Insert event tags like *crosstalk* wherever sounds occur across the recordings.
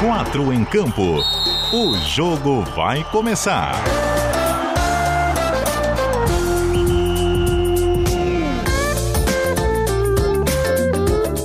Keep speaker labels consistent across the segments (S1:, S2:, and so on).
S1: Quatro em campo. O jogo vai começar.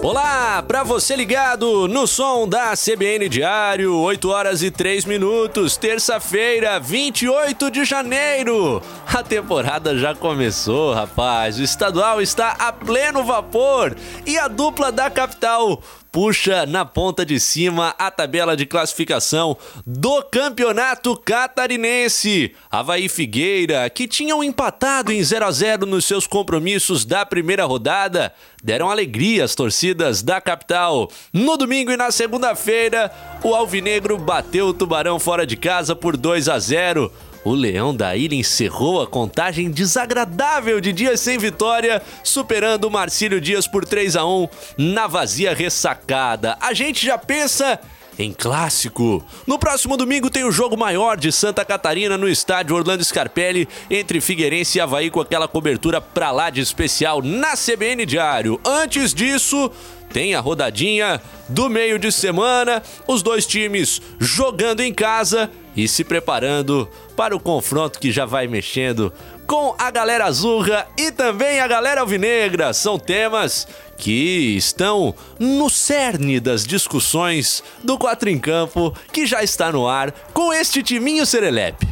S2: Olá, para você ligado no som da CBN Diário, 8 horas e 3 minutos, terça-feira, 28 de janeiro. A temporada já começou, rapaz. O estadual está a pleno vapor e a dupla da capital puxa na ponta de cima a tabela de classificação do Campeonato Catarinense. Havaí Figueira, que tinham empatado em 0 a 0 nos seus compromissos da primeira rodada, deram alegria às torcidas da capital. No domingo e na segunda-feira, o Alvinegro bateu o Tubarão fora de casa por 2 a 0. O Leão da Ilha encerrou a contagem desagradável de dias sem vitória, superando o Marcílio Dias por 3 a 1 na vazia ressacada. A gente já pensa em clássico. No próximo domingo tem o jogo maior de Santa Catarina no estádio Orlando Scarpelli entre Figueirense e Havaí com aquela cobertura pra lá de especial na CBN Diário. Antes disso, tem a rodadinha do meio de semana, os dois times jogando em casa e se preparando para o confronto que já vai mexendo com a galera azurra e também a galera alvinegra. São temas que estão no cerne das discussões do Quatro em Campo, que já está no ar com este timinho Serelepe.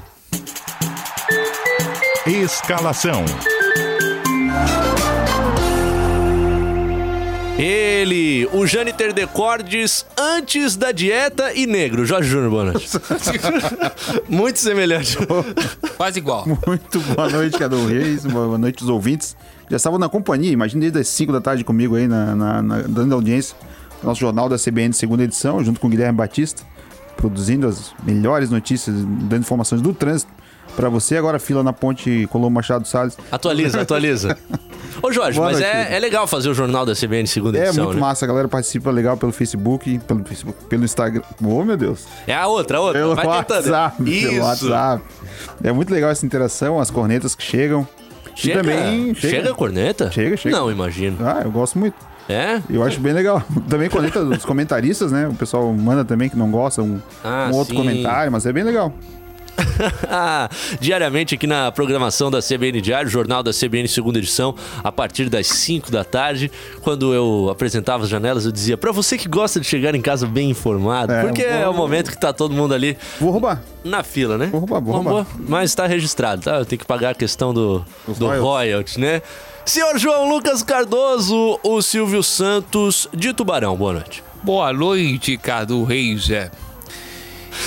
S1: Escalação.
S2: Ele, o Jâniter Decordes, antes da dieta e negro. Jorge Júnior, boa
S3: *laughs*
S2: noite. Muito semelhante.
S3: Quase igual.
S4: Muito boa noite, Cadu Reis. Boa noite, os ouvintes. Já estavam na companhia, imagina desde as 5 da tarde comigo aí, na, na, na, dando audiência. ao Nosso jornal da CBN, segunda edição, junto com o Guilherme Batista, produzindo as melhores notícias, dando informações do trânsito para você. Agora, fila na ponte Colombo Machado Salles.
S2: Atualiza,
S4: *laughs*
S2: atualiza. Ô Jorge,
S4: Boa
S2: mas
S4: noite,
S2: é,
S4: querido.
S2: é legal fazer o jornal da CBN segunda
S4: É
S2: edição,
S4: muito
S2: né?
S4: massa, a galera participa legal pelo Facebook, pelo, Facebook, pelo Instagram. Ô, meu Deus.
S2: É a outra, a outra.
S4: Pelo
S2: Vai tentando. né?
S4: WhatsApp,
S2: Isso.
S4: pelo WhatsApp. É muito legal essa interação, as cornetas que chegam.
S2: Chega,
S4: e também
S2: chega. a corneta?
S4: Chega, chega.
S2: Não, imagino.
S4: Ah, eu gosto muito. *laughs*
S2: É?
S4: Eu acho bem legal. Também conecta os comentaristas, né? O pessoal manda também que não gosta um,
S2: Ah,
S4: um outro
S2: sim.
S4: comentário, mas é bem legal.
S2: Ah, Diariamente aqui na programação da CBN Diário, jornal da CBN segunda edição, a partir das 5 da tarde, quando eu apresentava as janelas, eu dizia pra você que gosta de chegar em casa bem informado,
S4: É,
S2: porque é o
S4: vou-
S2: momento que tá todo mundo ali
S4: Vou roubar.
S2: na fila, né?
S4: Vou roubar, vou
S2: Uma
S4: roubar.
S2: boa, Mas tá registrado, tá? Eu tenho que pagar a questão do,
S4: Dos
S2: do
S4: royalties.
S2: royalty, né? Senhor João Lucas Cardoso, o Silvio Santos de Tubarão, boa noite.
S3: Boa noite, Cadu Reis. É.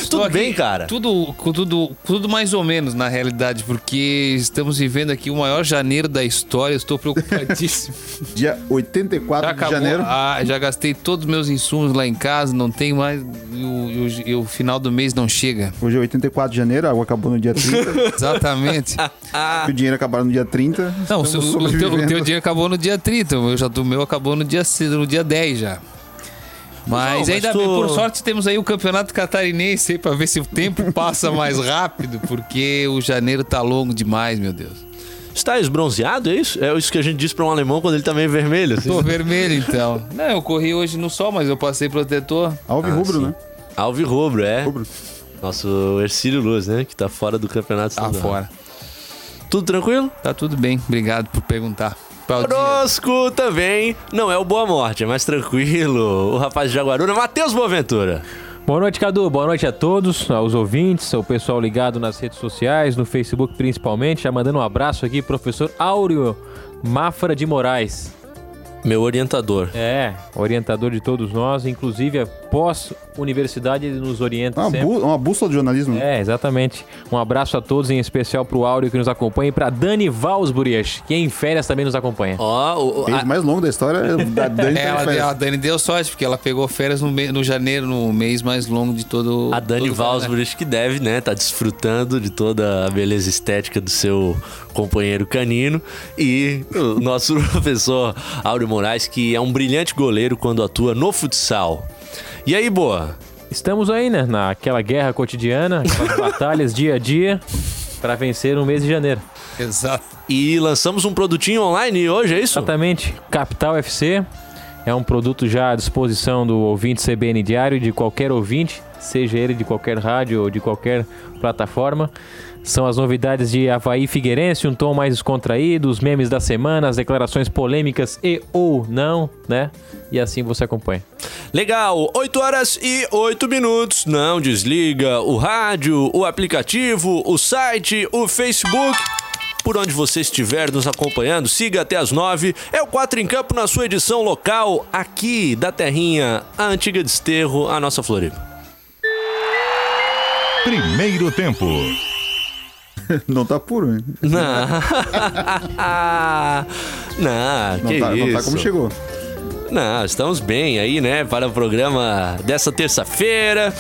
S3: Estou
S2: Tudo bem, cara?
S3: Tudo, com tudo, tudo mais ou menos, na realidade, porque estamos vivendo aqui o maior janeiro da história. Estou preocupadíssimo.
S4: Dia 84 de janeiro.
S3: Ah, já gastei todos os meus insumos lá em casa, não tem mais. E o, e o- e o final do mês não chega.
S4: Hoje é 84 de janeiro, a água acabou no dia
S3: *laughs*
S4: 30.
S3: Exatamente.
S4: e o dinheiro acabaram no dia 30.
S3: Não, o, seu-
S4: Estamos
S3: o teu, o
S4: sobrevivendo.
S3: teu dinheiro acabou no dia 30, o meu, já, o meu acabou no dia, ce- no dia 10 já.
S2: Não,
S3: Mas
S2: mas
S3: ainda
S2: tu-
S3: bem, por sorte, temos aí o campeonato catarinense aí pra ver se o
S2: *laughs*
S3: tempo passa mais rápido, porque o janeiro tá longo demais, meu Deus.
S2: Está esbronzeado, é isso? É isso que a gente diz pra um alemão quando ele tá meio vermelho, assim.
S3: Tô vermelho então. Não, eu corri hoje no sol, mas eu passei protetor.
S4: Alves Rubro,
S2: sim.
S4: né?
S2: Alvi Rubro, é.
S4: Rubro.
S2: Nosso Ercílio Luz, né? Que tá fora do campeonato.
S3: Tá
S2: estadual.
S3: fora.
S2: Tudo tranquilo?
S3: Tá tudo bem, obrigado por perguntar. Claudinha.
S2: Conosco também. Não é o Boa Morte, é mais tranquilo. O rapaz de Jaguaruna, Matheus Boaventura.
S5: Boa noite, Cadu. Boa noite a todos, aos ouvintes, ao pessoal ligado nas redes sociais, no Facebook principalmente. Já mandando um abraço aqui, professor Áureo Mafra de Moraes.
S2: Meu orientador.
S5: É, orientador de todos nós, inclusive após universidade ele nos orienta
S4: Uma,
S5: sempre.
S4: bú- uma bússola de jornalismo.
S5: É, exatamente. Um abraço a todos, em especial pro Áureo que nos acompanha e pra Dani Valsburias, que em férias também nos acompanha.
S2: Ó, o- o-
S4: O
S2: a-
S4: período mais longo da história é da Dani
S3: Ela,
S4: Tarifes.
S3: a Dani deu sorte, porque ela pegou férias no, me- no janeiro, no mês mais longo de todo
S2: A Dani
S3: todo o calendário.
S2: Valsburg que deve, né? Tá desfrutando de toda a beleza estética do seu companheiro canino. E o nosso *laughs* professor Áureo Moraes, que é um brilhante goleiro quando atua no futsal. E aí, boa?
S5: Estamos aí, né, naquela guerra cotidiana, aquelas batalhas dia a dia, pra vencer no mês de janeiro.
S3: Exato.
S2: E lançamos um produtinho online hoje, é isso?
S5: Exatamente, Capital FC. É um produto já à disposição do ouvinte CBN Diário, de qualquer ouvinte, seja ele de qualquer rádio ou de qualquer plataforma. São as novidades de Havaí Figueirense, um tom mais descontraído, os memes da semana, as declarações polêmicas e ou não, né? E assim você acompanha.
S2: Legal, 8 horas e 8 minutos. Não desliga o rádio, o aplicativo, o site, o Facebook. Por onde você estiver nos acompanhando, siga até as 9. É o 4 em Campo na sua edição local, aqui da Terrinha, a antiga desterro, a nossa Floripa.
S1: Primeiro tempo.
S4: Não tá puro, hein?
S2: Não, *laughs* não,
S4: Não,
S2: que
S4: tá,
S2: isso.
S4: não tá como chegou.
S2: Não, estamos bem aí, né? Para o programa dessa terça-feira.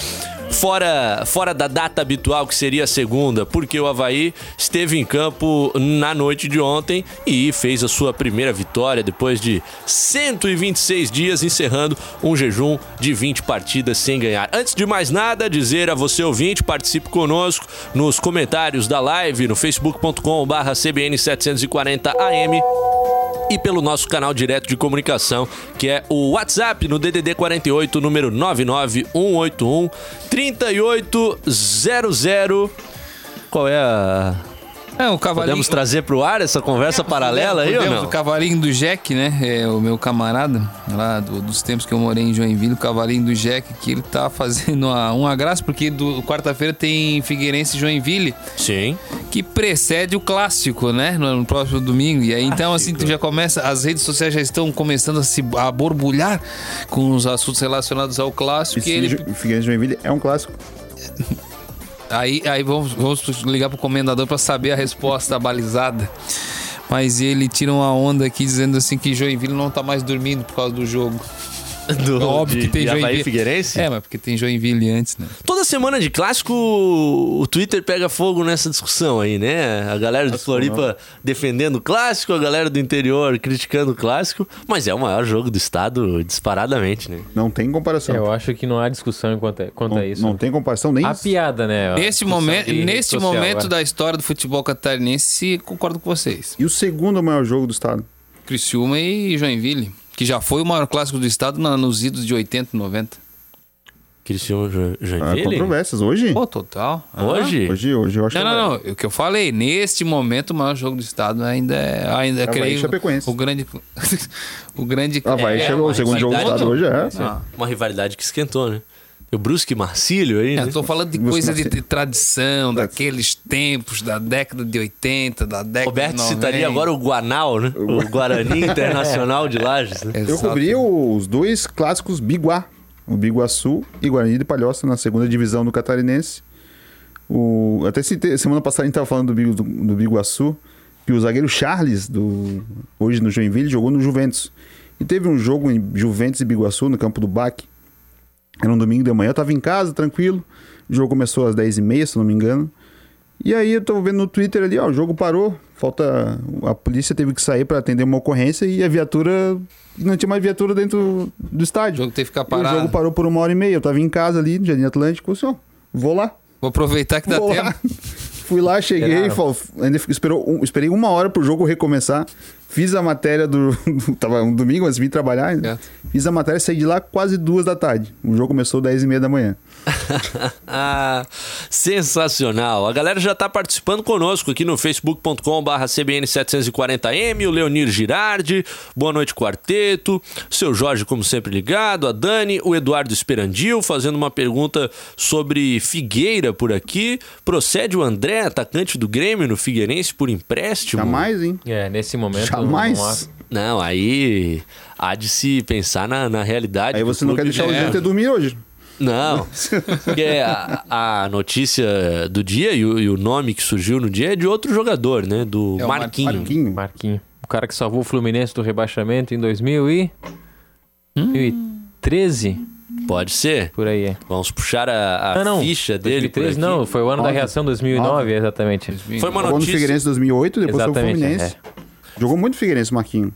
S2: Fora, fora da data habitual, que seria a segunda, porque o Havaí esteve em campo na noite de ontem e fez a sua primeira vitória depois de 126 dias, encerrando um jejum de 20 partidas sem ganhar. Antes de mais nada, dizer a você ouvinte, participe conosco nos comentários da live no facebook.com cbn740am e pelo nosso canal direto de comunicação, que é o WhatsApp no DDD 48 número 99181 3800. Qual é a
S3: É, o cavalinho.
S2: Podemos trazer pro ar essa conversa paralela aí ou
S3: Podemos,
S2: não?
S3: O cavalinho do Jack, né? É o meu camarada, lá do- dos tempos que eu morei em Joinville, o cavalinho do Jack, que ele tá *laughs* fazendo uma, uma graça, porque do- quarta-feira tem Figueirense e Joinville,
S2: Sim.
S3: que precede o clássico, né? No, no próximo domingo. E aí, então, assim, tu já começa, as redes sociais já estão começando a se a borbulhar com os assuntos relacionados ao clássico.
S4: Esse
S3: e ele
S4: Ju- Figueirense de Joinville é um clássico.
S3: Aí, aí vamos, vamos ligar pro comendador para saber a resposta balizada. Mas ele tira uma onda aqui dizendo assim que Joinville não tá mais dormindo por causa do jogo. É
S2: Do,
S3: Óbvio que tem
S2: de Havaí
S3: Joinville.
S2: Figueirense?
S3: É, mas porque tem Joinville antes, né?
S2: Toda semana de clássico, o Twitter pega fogo nessa discussão aí, né? A galera do Floripa defendendo o clássico, a galera do interior criticando o clássico, mas é o maior jogo do estado disparadamente, né?
S4: Não tem comparação.
S5: É, Eu acho que não há discussão enquanto é- quanto
S4: Tá. não,
S5: a isso.
S4: não tem comparação nem.
S5: A piada, né? A
S3: Neste
S5: discussão
S3: momento,
S5: de rede
S3: neste
S5: social,
S3: momento
S5: é.
S3: da história do futebol catarinense, concordo com vocês.
S4: E o segundo maior jogo do estado.
S3: Criciúma e Joinville, que já foi o maior clássico do estado na- nos idos de 80, 90.
S2: Cristiano Jo-
S4: Há
S2: Joinville?
S4: controvérsias. Hoje?
S3: Pô, total. Ah.
S2: Ah, Hoje?
S4: Hoje, hoje eu acho
S3: Não,
S4: que
S3: não, não. O que eu falei, neste momento o maior jogo do estado ainda é. Ainda
S4: Havaí
S3: creio,
S4: e Chapecoense.
S3: O grande. *laughs* o grande.
S4: Ah, vai,
S2: É,
S4: chegou o
S2: mas
S4: segundo jogo do
S2: qualidade
S4: estado
S2: não.
S4: hoje, é.
S3: Ah.
S2: Uma rivalidade que esquentou, né? O Brusque e Marcílio aí, né?
S3: é, Eu tô falando de
S4: Você
S3: coisa de,
S4: nasceu-
S3: de tradição,
S4: Tá.
S3: daqueles tempos, da década de 80, da década
S2: Roberto
S3: de 90.
S2: citaria agora o Guanal, né? O Guarani *laughs* Internacional de Lages, né?
S4: Eu cobri os dois clássicos Biguá. O Biguaçu e Guarani de Palhoça na segunda divisão do catarinense. O, até citei- semana passada a gente tava falando do, Bigu- do, do Biguaçu, que o zagueiro Charles, do, hoje no Joinville, jogou no Juventus. E teve um jogo em Juventus e Biguaçu, no campo do Baque. Era um domingo de manhã, eu tava em casa, tranquilo. O jogo começou às 10h30, se eu não me engano. E aí eu tô vendo no Twitter ali, ó, o jogo parou. Falta. A polícia teve que sair pra atender uma ocorrência e a viatura. Não tinha mais viatura dentro do
S3: O
S4: estádio.
S3: jogo teve que ficar
S4: E o
S3: parado.
S4: jogo parou por uma hora e meia. Eu tava em casa ali, no Jardim Atlântico, assim, ó, vou lá.
S3: Vou aproveitar que dá
S4: Vou lá.
S3: tempo.
S4: *laughs* Fui lá, cheguei, fal- ainda fi- esperou, um- esperei uma hora pro jogo recomeçar. Fiz a matéria do. *laughs* tava um domingo, mas vim trabalhar. né?
S3: Certo.
S4: Fiz a matéria, saí de lá quase duas da tarde. O jogo começou às 10 e meia da manhã.
S2: Ah, sensacional. A galera já tá participando conosco aqui no facebook.com.br CBN740M, o Leonir Girardi, Boa Noite Quarteto, seu Jorge, como sempre, ligado, a Dani, o Eduardo Esperandil, fazendo uma pergunta sobre Figueira por aqui. Procede o André, atacante do Grêmio no Figueirense, por empréstimo?
S4: Jamais, hein?
S5: É, nesse momento.
S4: Jamais.
S5: não há-
S2: Não, aí há de se pensar na, na realidade.
S4: Aí
S2: do
S4: você
S3: É
S4: não quer
S2: clube né?
S4: deixar o
S2: de-
S4: Inter dormir hoje.
S2: Não,
S3: *laughs*
S2: porque a, a notícia do dia e o, e o nome que surgiu no dia é de outro jogador, né? Do
S3: É o Mar-
S2: Marquinho.
S4: Marquinho.
S5: Marquinho. O cara que salvou o Fluminense do rebaixamento em 2000 e... 2013?
S2: Pode ser?
S5: Por aí, é.
S2: Vamos puxar a, a
S5: Ah, não.
S2: ficha dele por
S5: 2013,
S2: aqui.
S5: não. Foi o ano da
S4: Nove.
S5: reação 2009, exatamente.
S2: Foi uma
S4: Jogou no
S2: notícia...
S4: Figueirense em 2008, depois foi o
S5: Exatamente, é. Tá
S4: Fluminense. Jogou muito Figueirense, Marquinho.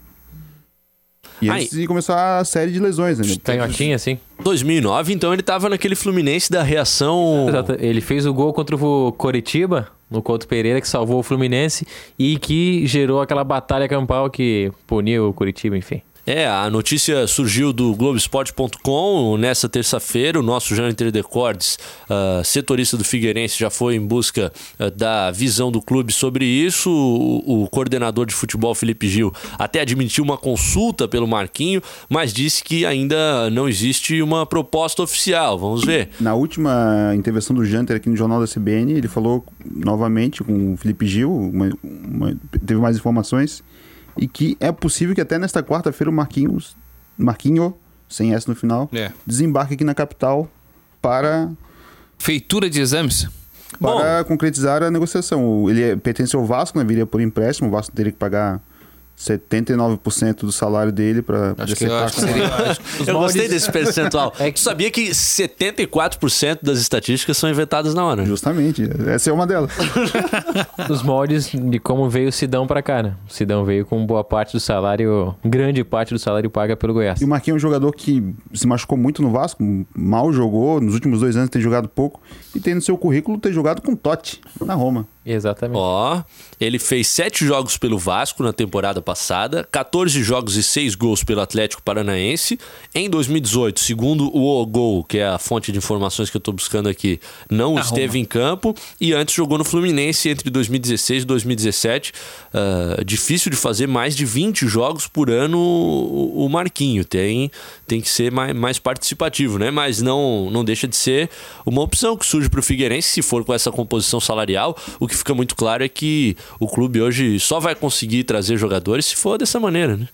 S4: E
S2: Aí.
S4: antes de começar a série de lesões, né?
S5: Canhotinha, assim.
S2: 2009, então ele tava naquele Fluminense da reação...
S5: Exato. Ele fez o gol contra o Coritiba, no Couto Pereira,
S2: *laughs*
S5: que salvou o Fluminense e que gerou aquela batalha campal que puniu o Curitiba, enfim.
S2: É, a notícia surgiu do Globoesporte.com nessa terça-feira. O nosso Jâniter de Cordes, ah, setorista do Figueirense, já foi em busca ah, da visão do clube sobre isso. O, o coordenador de futebol, Felipe Gil, até admitiu uma consulta pelo Marquinho, mas disse que ainda não existe uma proposta oficial. Vamos ver.
S4: Na última intervenção do Janter aqui no Jornal da CBN, ele falou novamente com o Felipe Gil, uma- uma- teve mais informações, e que é possível que até nesta quarta-feira o Marquinhos, Marquinho, sem S no final,
S3: É.
S4: desembarque aqui na capital para,
S3: Feitura de exames?
S4: para concretizar a negociação. O- Ele é- pertence ao Vasco, né, viria por empréstimo, o Vasco teria que pagar 79% do salário dele para
S3: Acho que, eu acho que seria. acho que-
S2: Eu gostei desse percentual. Tu sabia que 74% das estatísticas são inventadas na hora. né?
S4: Justamente, essa é uma delas.
S5: Os moldes de como veio o Sidão pra cá, né? O Sidão veio com boa parte do salário, grande parte do salário paga pelo Goiás.
S4: E o Marquinhos é um jogador que se machucou muito no Vasco, mal jogou, nos últimos dois anos tem jogado pouco, e tem no seu currículo ter jogado com Totti, na Roma.
S5: Exatamente.
S2: Ó, ele fez sete jogos pelo Vasco na temporada passada, 14 jogos e seis gols pelo Atlético Paranaense. Em 2018, segundo o Ogol, que é a fonte de informações que eu tô buscando aqui, não esteve em campo e antes jogou no Fluminense entre 2016 e 2017. Ah, difícil de fazer mais de 20 jogos por ano o o Marquinho. Tem, tem que ser mais, mais participativo, né? Mas não, não deixa de ser uma opção que surge para o Figueirense se for com essa composição salarial. O que fica muito claro é que o clube hoje só vai conseguir trazer jogadores se for dessa maneira, né?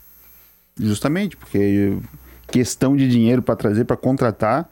S4: Justamente, porque questão de dinheiro para trazer, para contratar,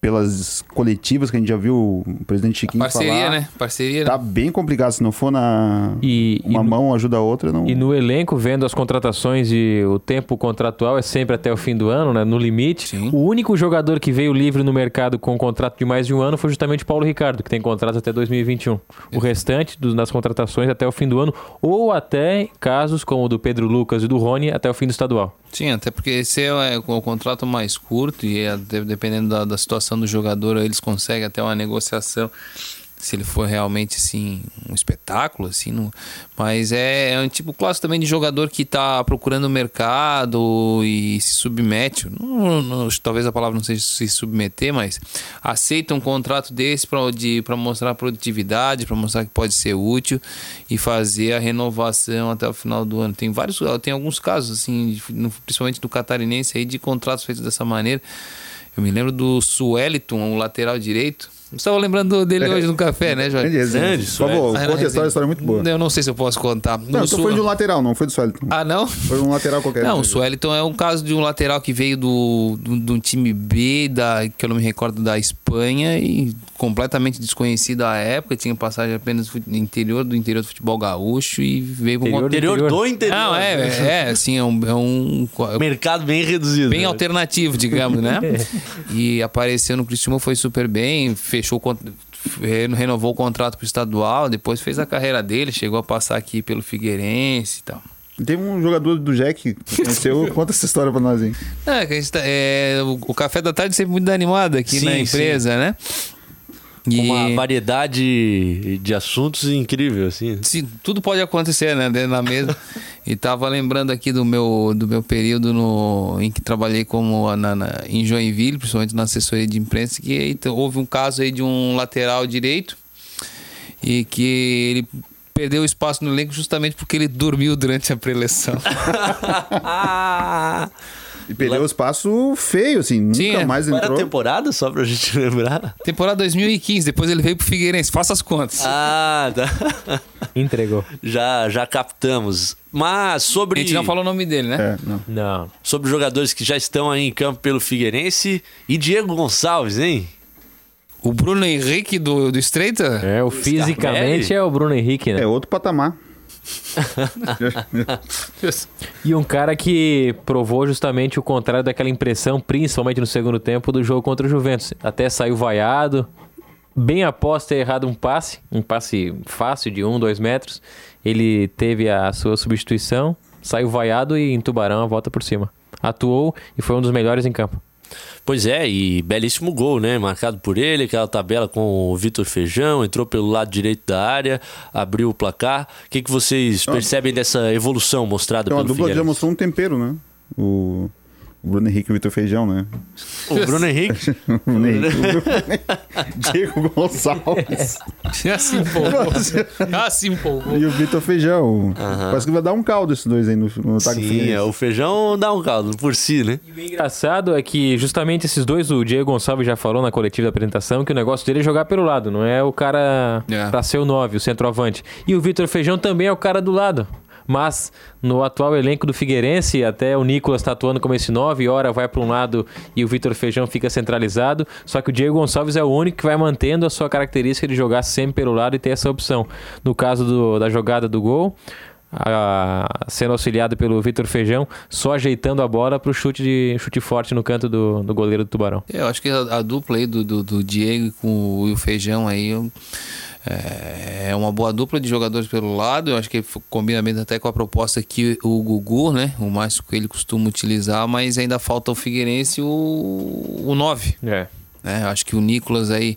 S4: pelas coletivas que a gente já viu o presidente Chiquinho
S3: Parceria,
S4: falar,
S3: né? Parceria. né?
S4: Tá bem complicado, se não for na
S5: E-
S4: uma
S5: e-
S4: mão ajuda a outra, não.
S5: E no elenco, vendo as contratações e o tempo contratual é sempre até o fim do ano, né? No limite.
S3: Sim.
S5: O único jogador que veio livre no mercado com um contrato de mais de um ano foi justamente o Paulo Ricardo, que tem contrato até 2021. O restante do- das contratações até o fim do ano, ou até casos como o do Pedro Lucas e do Rony até o fim do estadual.
S3: Sim, até porque esse é o, o contrato mais curto e é, de- dependendo da, da situação do jogador, eles conseguem até uma negociação. Se ele for realmente assim, um espetáculo, assim, não- mas é, é um tipo clássico também de jogador que tá procurando o mercado e se submete. não- não- talvez a palavra não seja se submeter, mas aceita um contrato desse para de, pra mostrar produtividade, para mostrar que pode ser útil e fazer a renovação até o final do ano. Tem vários, tem alguns casos assim, de- no- principalmente do catarinense aí de contratos feitos dessa maneira. Eu me lembro do Sueliton, o lateral direito. Eu estava lembrando dele hoje no café, né, Jorge?
S4: Grande resenha.
S2: Grande,
S4: Por favor,
S3: Ah,
S4: conta a
S3: na
S4: história, a história é muito boa.
S3: Eu não sei se eu posso contar.
S4: Não,
S3: No
S4: então
S3: Su-
S4: foi de um lateral, não foi do Suelton.
S3: Ah, não?
S4: Foi um lateral qualquer.
S3: Não, o Sueliton é um caso de um lateral que veio do, do, de um time B, da, que eu não me recordo, da Espanha, e completamente desconhecido à época, tinha passagem apenas no fut- no interior do interior do futebol gaúcho e veio pra
S5: Interior
S3: uma...
S5: do
S2: Interior do interior.
S3: Não, é, é,
S2: *laughs*
S3: é, assim, é um, é um-
S2: Mercado bem reduzido.
S3: bem
S2: né?
S3: alternativo, digamos,
S5: *laughs*
S3: né?
S5: É.
S3: E apareceu no Criciúma, foi super bem, fechou o con- re- renovou o contrato pro estadual, depois fez a carreira dele, chegou a passar aqui pelo Figueirense e tal.
S4: Teve um jogador do Jack que
S3: *laughs*
S4: aconteceu. conta essa história pra nós, hein?
S3: É, que a gente tá- é, o, o café da tarde sempre muito animado aqui
S2: Sim,
S3: na empresa, né? E
S2: Uma variedade de assuntos incrível, assim.
S3: se- tudo pode acontecer, né? Dentro
S2: *laughs*
S3: da mesa. e tava lembrando aqui do meu, do meu período no, em que trabalhei como na- na- em Joinville, principalmente na assessoria de imprensa, que aí t- houve um caso aí de um lateral direito e que ele perdeu espaço no elenco justamente porque ele dormiu durante
S2: *laughs*
S3: a preleção.
S2: Ah,
S4: E perdeu o espaço feio, assim. Nunca
S3: Sim, é.
S4: mais
S2: qual era a
S4: entrou.
S2: temporada, só pra gente lembrar.
S3: Temporada 2015, depois ele veio pro Figueirense. Faça as contas.
S2: Ah, tá.
S5: Entregou.
S2: já, já captamos. Mas
S3: a
S2: sobre.
S3: gente não falou o nome dele, né?
S4: É, não.
S5: Não.
S2: sobre jogadores que já estão aí em campo pelo Figueirense e Diego Gonçalves, hein?
S3: O Bruno Henrique do, do Estreita?
S5: É, o fisicamente
S2: Scarpelli?
S5: é o Bruno Henrique, né?
S4: É outro
S2: *laughs*
S4: patamar.
S5: E um cara que provou justamente o contrário daquela impressão, principalmente no segundo tempo do jogo contra o Juventus. Até saiu vaiado, bem após ter errado um passe, um passe fácil de um, dois metros. Ele teve a sua substituição, saiu vaiado e em Tubarão a volta por cima. Atuou e foi um dos melhores em campo.
S2: Pois é, e belíssimo gol, né? Marcado por ele, aquela tabela com o Vitor Feijão, entrou pelo lado direito da área, abriu o placar. O que, que vocês percebem dessa evolução mostrada
S4: Então a
S2: pelo
S4: dupla já
S2: Figueirense?
S4: mostrou um tempero, né? o, o Bruno Henrique e o Vitor Feijão, né?
S2: O Bruno
S4: *laughs*
S2: Henrique.
S4: O Bruno Henrique.
S2: *laughs*
S4: Diego Gonçalves.
S3: *laughs* Já se empolgou. Já se empolgou.
S4: E o Vitor Feijão. Parece que vai dar um caldo esses dois aí no, no ataque
S2: Sim,
S4: feliz.
S2: é, o feijão dá um caldo por si, né?
S5: O engraçado é que justamente esses dois, o Diego Gonçalves já falou na coletiva da apresentação que o negócio dele é jogar pelo lado, não é o cara
S3: É.
S5: pra ser o 9, o centroavante. E o Vitor Feijão também é o cara do lado. Mas no atual elenco do Figueirense, até o Nicolas tá atuando como esse 9, hora vai pra um lado e o Vitor Feijão fica centralizado. Só que o Diego Gonçalves é o único que vai mantendo a sua característica de jogar sempre pelo lado e ter essa opção. No caso do- da jogada do gol, a- sendo auxiliado pelo Vitor Feijão, só ajeitando a bola para o chute, de, chute forte no canto do, do goleiro do Tubarão.
S3: É, Eu acho que a, a dupla aí do, do, do Diego com o Will Feijão aí eu- é, é uma boa dupla de jogadores pelo lado. Eu acho que f- combina bem até com a proposta que o Gugu, né? O Márcio Coelho costuma utilizar, mas ainda falta o Figueirense e o, o 9
S5: É.
S3: né? Eu Acho que o Nicolas aí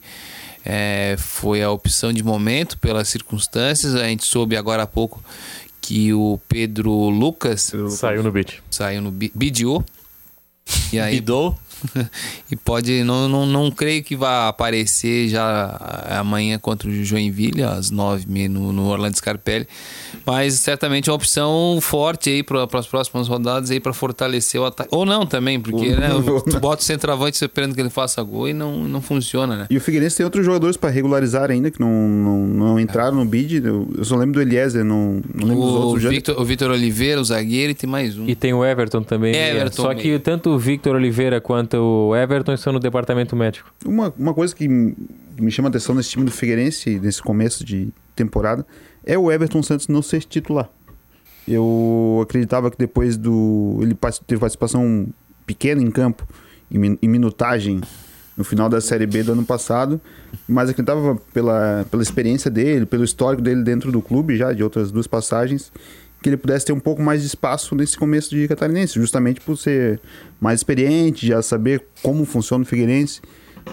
S3: é, foi a opção de momento pelas circunstâncias. A gente soube agora há pouco que o Pedro Lucas
S5: Saiu no beat.
S3: saiu no bi- BDO. E aí
S2: Bidou.
S3: *laughs* e pode, não, não, não creio que vá aparecer já é, amanhã contra o Joinville, às nove e meia no, no Orlando Scarpelli. Mas certamente é uma opção forte aí para as próximas rodadas aí para fortalecer o ataque. Ou não também, porque né, tu bota o centroavante esperando que ele faça gol e não, não funciona, né?
S4: E o Figueirense tem outros jogadores pra regularizar ainda, que não, não, não entraram no bid. Eu, eu só lembro do Eliezer, não, não lembro dos
S3: O
S4: outros. já-
S3: Victor, o Victor Oliveira, o zagueiro, e tem mais um.
S5: E tem o Everton também. né?
S3: Everton
S5: Só que
S3: meio.
S5: tanto o Victor Oliveira quanto o Everton estão no departamento médico.
S4: Uma, uma coisa que m- que me chama a atenção nesse time do Figueirense, nesse começo de temporada, é o Everton Santos não ser titular. Eu acreditava que depois do. Ele pas- teve participação pequena em campo, em, min- em minutagem, no final da Série B do ano passado, mas acreditava pela, pela experiência dele, pelo histórico dele dentro do clube, já de outras duas passagens, que ele pudesse ter um pouco mais de espaço nesse começo de Catarinense, justamente por ser mais experiente, já saber como funciona o Figueirense,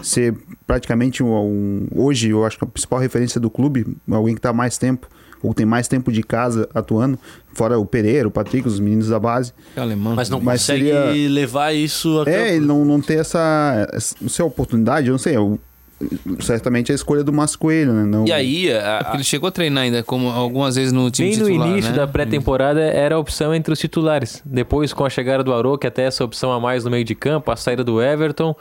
S4: ser praticamente um, um- hoje eu acho que a principal referência do clube, alguém que está mais tempo ou tem mais tempo de casa atuando, fora o Pereira, o Patrick, os meninos da base.
S3: É alemão.
S2: Mas não
S4: Mas
S2: consegue
S4: seria-
S2: levar isso a campo.
S4: É, ele não, não ter essa, essa, não sei, a oportunidade, eu não sei, eu- certamente é a escolha do Márcio Coelho, né? Não,
S2: E aí, a- a-
S3: Porque ele chegou a treinar ainda, como algumas vezes no time
S5: Bem no
S3: titular,
S5: início
S3: né?
S5: da pré-temporada era a opção entre os titulares. Depois, com a chegada do Arô, que até essa opção a mais no meio de campo, a saída do Everton,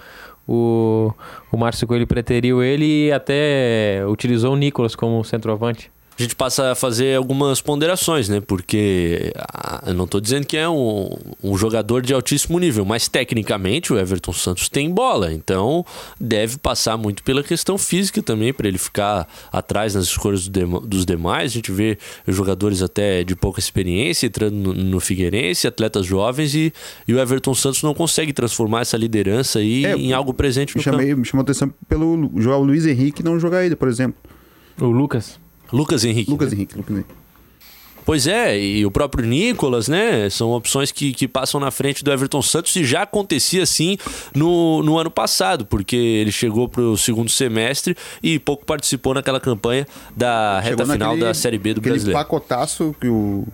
S5: o, o Márcio Coelho preteriu ele e até utilizou o Nicolas como centroavante.
S2: a gente passa a fazer algumas ponderações, né? Porque ah, eu não tô dizendo que é um, um jogador de altíssimo nível, mas tecnicamente o Everton Santos tem bola, então deve passar muito pela questão física também, para ele ficar atrás nas escolhas do dema- dos demais. A gente vê jogadores até de pouca experiência entrando no, no Figueirense, atletas jovens, e, e o Everton Santos não consegue transformar essa liderança aí
S4: É,
S2: em algo presente
S4: me,
S2: no campo.
S4: chamei, me chamou a atenção pelo Lu- jogar o Luiz Henrique e não jogar ele, por exemplo.
S5: O Lucas.
S2: Lucas Henrique.
S4: Lucas Henrique, Lucas Henrique.
S2: Pois é, e o próprio Nicolas, né? São opções que, que passam na frente do Everton Santos e já acontecia assim no, no ano passado, porque ele chegou pro segundo semestre e pouco participou naquela campanha da reta
S4: Chegou
S2: final
S4: naquele-
S2: da Série B do
S4: aquele
S2: Brasileiro.
S4: pacotaço que o,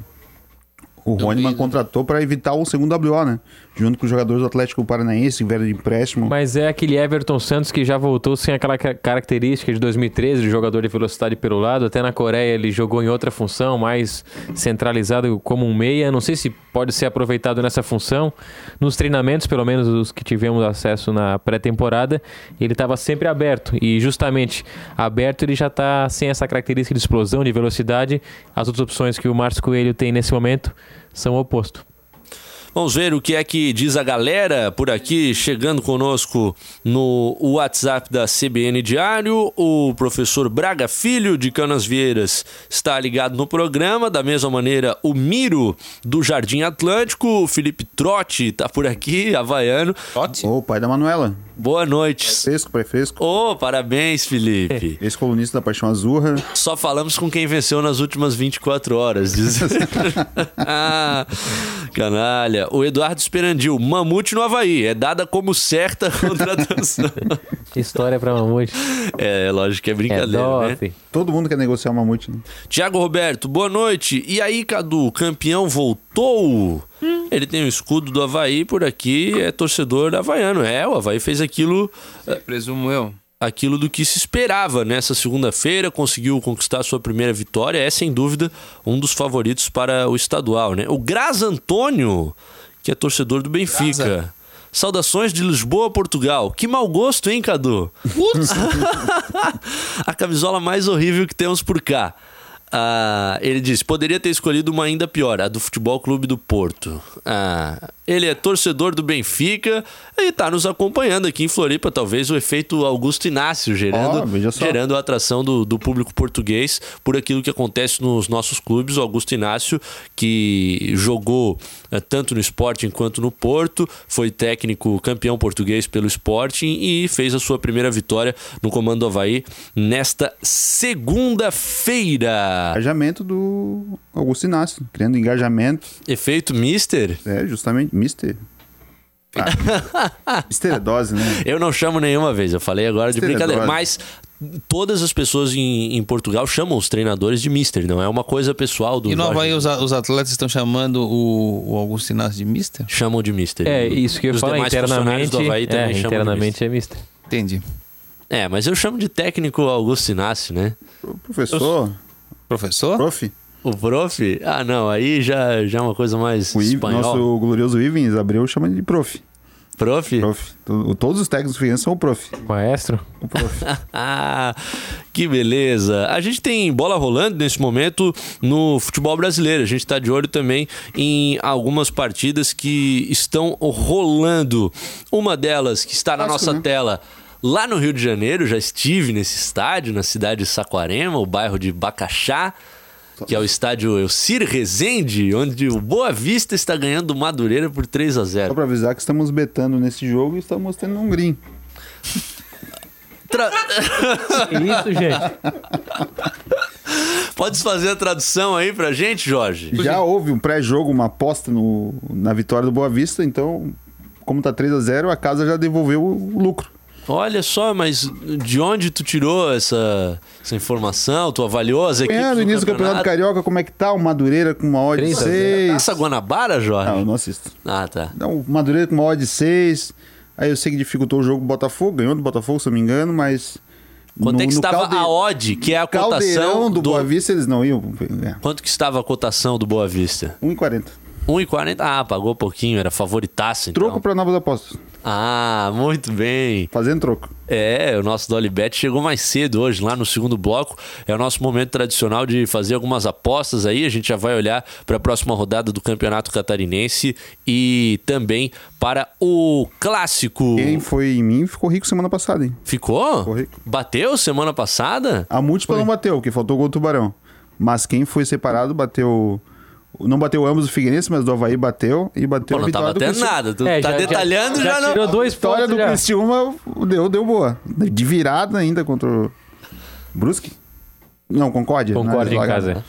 S4: o Rôniman
S3: vi, né?
S4: contratou para evitar o segundo WO, né? Junto com os jogadores do Atlético Paranaense, que vieram de empréstimo.
S5: Mas é aquele Everton Santos que já voltou sem aquela ca- característica de 2013, de jogador de velocidade pelo lado. Até na Coreia ele jogou em outra função, mais centralizado como um meia. Não sei se pode ser aproveitado nessa função. Nos treinamentos, pelo menos os que tivemos acesso na pré-temporada, ele estava sempre aberto. E justamente aberto ele já está sem essa característica de explosão, de velocidade. As outras opções que o Márcio Coelho tem nesse momento são o oposto.
S2: Vamos ver o que é que diz a galera por aqui, chegando conosco no WhatsApp da CBN Diário. O professor Braga Filho, de Canas Vieiras, está ligado no programa. Da mesma maneira, o Miro, do Jardim Atlântico. O Felipe Trotti está por aqui, *laughs* havaiano.
S3: Hum.
S4: Ô, o pai da Manuela.
S2: Boa noite.
S4: Fresco, pré-fresco.
S2: Ô, parabéns, Felipe.
S4: Ex-colunista da Paixão Azurra.
S2: Só
S5: *laughs*
S2: falamos com quem venceu nas últimas 24 horas. Diz... Ah, Canalha. O Eduardo Esperandil, Mamute no Havaí. É dada como certa *laughs* a contratação.
S5: História pra mamute.
S2: é, lógico que é
S5: É
S2: brincadeira, né?
S5: dope.
S4: Todo mundo quer negociar o mamute, né?
S2: Tiago Roberto, boa noite. E aí, Cadu, o campeão voltou? Ele tem o escudo do Havaí por aqui, é torcedor havaiano. É, o Havaí fez aquilo
S3: Presumo eu.
S2: aquilo do que se esperava nessa segunda-feira, conseguiu conquistar sua primeira vitória, é sem dúvida um dos favoritos para o estadual, né? O Graz Antônio, que é torcedor do Benfica. Saudações de Lisboa, Portugal. Que mau gosto, hein, Cadu? *laughs* Putz! a camisola mais horrível que temos por cá. Ah, ele diz: poderia ter escolhido uma ainda pior, a do Futebol Clube do Porto. Ah, ele é torcedor do Benfica e está nos acompanhando aqui em Floripa, talvez o efeito Augusto Inácio, gerando,
S4: Ó, veja só.
S2: gerando a atração do, do público português por aquilo que acontece nos nossos clubes. O Augusto Inácio, que jogou eh, tanto no Sporting quanto no Porto, foi técnico campeão português pelo Sporting e fez a sua primeira vitória no Comando do Havaí nesta segunda-feira.
S4: Engajamento do Augusto Inácio, criando engajamento.
S2: Efeito Mister?
S4: É, justamente, Mister. Ah, Mister é dose, né?
S2: Eu não chamo nenhuma vez, eu falei agora de
S4: Mister é
S2: brincadeira.
S4: droga.
S2: Mas todas as pessoas em, em Portugal chamam os treinadores de Mister, não é uma coisa pessoal do.
S3: E no
S2: Jorge.
S3: Havaí os, a- os atletas estão chamando o, o Augusto Inácio de Mister?
S2: Chamam de Mister.
S5: É, isso que eu
S2: Os
S5: falo
S2: demais funcionários
S5: internamente.
S2: do Havaí também
S5: é,
S2: chamam de
S5: internamente é mister.
S3: Entendi.
S2: Mister. É, mas eu chamo de técnico Augusto Inácio, né?
S4: O professor,
S3: Professor?
S4: prof,
S2: O prof? Ah, não, aí já, já é uma coisa mais
S4: o I-
S2: espanhol.
S4: nosso glorioso Ivens Abreu chama de prof.
S2: Prof?
S4: prof. To- Todos os técnicos frienses são o prof.
S5: Maestro?
S4: O prof.
S2: Ah, que beleza. A gente tem bola rolando nesse momento no futebol brasileiro. A gente está de olho também em algumas partidas que estão rolando. Uma delas que está na
S4: Clássico,
S2: nossa
S4: né?
S2: tela. Lá no Rio de Janeiro, já estive nesse estádio, na cidade de Saquarema, o bairro de Bacaxá, que é o estádio Elcir Rezende, onde o Boa Vista está ganhando do Madureira por 3 a 0
S4: Só pra avisar que estamos betando nesse jogo e estamos tendo um green.
S2: Tra- *laughs*
S5: Que isso, gente?
S2: Pode fazer a tradução aí pra gente, Jorge?
S4: Já houve um pré-jogo, uma aposta no- na vitória do Boa Vista, então, como tá 3 a 0 a casa já devolveu o lucro.
S2: Olha só, mas de onde tu tirou essa, essa informação? Tu avaliou as equipes
S4: É, no início do Campeonato Carioca, como é que tá? O Madureira com uma odd de
S5: 3 a
S4: 6.
S2: Taça Guanabara, Jorge?
S4: Não, eu não assisto.
S2: Ah, tá.
S4: Não, o Madureira com uma odd de 6. Aí eu sei que dificultou o jogo do Botafogo, ganhou do Botafogo, se eu não me engano, mas.
S2: Quanto é que estava
S4: calde-
S2: a odd, que é a cotação
S4: Caldeirão do Boa Vista, eles não iam. é, um ganhar.
S2: Quanto que estava a cotação do Boa Vista?
S4: 1,40.
S2: 1,40. Ah, pagou pouquinho, era favoritaço então.
S4: Troco pra novas apostas.
S2: Ah, muito bem.
S4: Fazendo troco.
S2: É, o nosso Dolibet chegou mais cedo hoje, lá no segundo bloco. É o nosso momento tradicional de fazer algumas apostas aí. A gente já vai olhar para a próxima rodada do Campeonato Catarinense e também para o Clássico.
S4: Quem foi em mim ficou rico semana passada, hein?
S2: Ficou?
S4: Correto.
S2: Bateu semana passada?
S4: A múltipla não bateu, porque faltou gol do Tubarão. Mas quem foi separado bateu. Não bateu ambos o Figueirense, mas do Havaí bateu e bateu
S2: Pô,
S4: a
S2: não tá
S4: vitória do
S2: batendo
S4: Cristi-
S2: nada. *laughs* Tu
S5: É,
S2: tá
S5: já- já-
S2: detalhando, já,
S5: já
S2: não.
S5: tirou dois
S4: A vitória
S5: pontos
S4: do
S5: já.
S4: Cristiúma deu, deu boa. De virada ainda contra o Brusque. Não, Concórdia.
S5: Concordo
S4: né?
S5: em casa.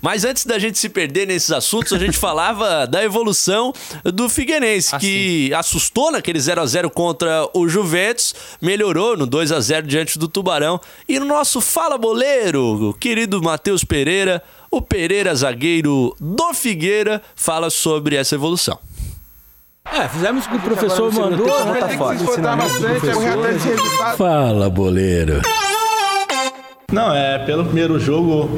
S2: Mas antes da gente se perder nesses assuntos, a gente *laughs* falava da evolução do Figueirense, que assustou naquele 0 a 0 contra o Juventus, melhorou no 2 a 0 diante do Tubarão. E no nosso Fala Boleiro, o querido Matheus Pereira, o Pereira zagueiro do Figueira, fala sobre essa evolução.
S6: É, fizemos o que o professor mandou, agora tá fora.
S2: né?
S4: é um
S7: Fala, boleiro.
S8: Não, é, pelo primeiro jogo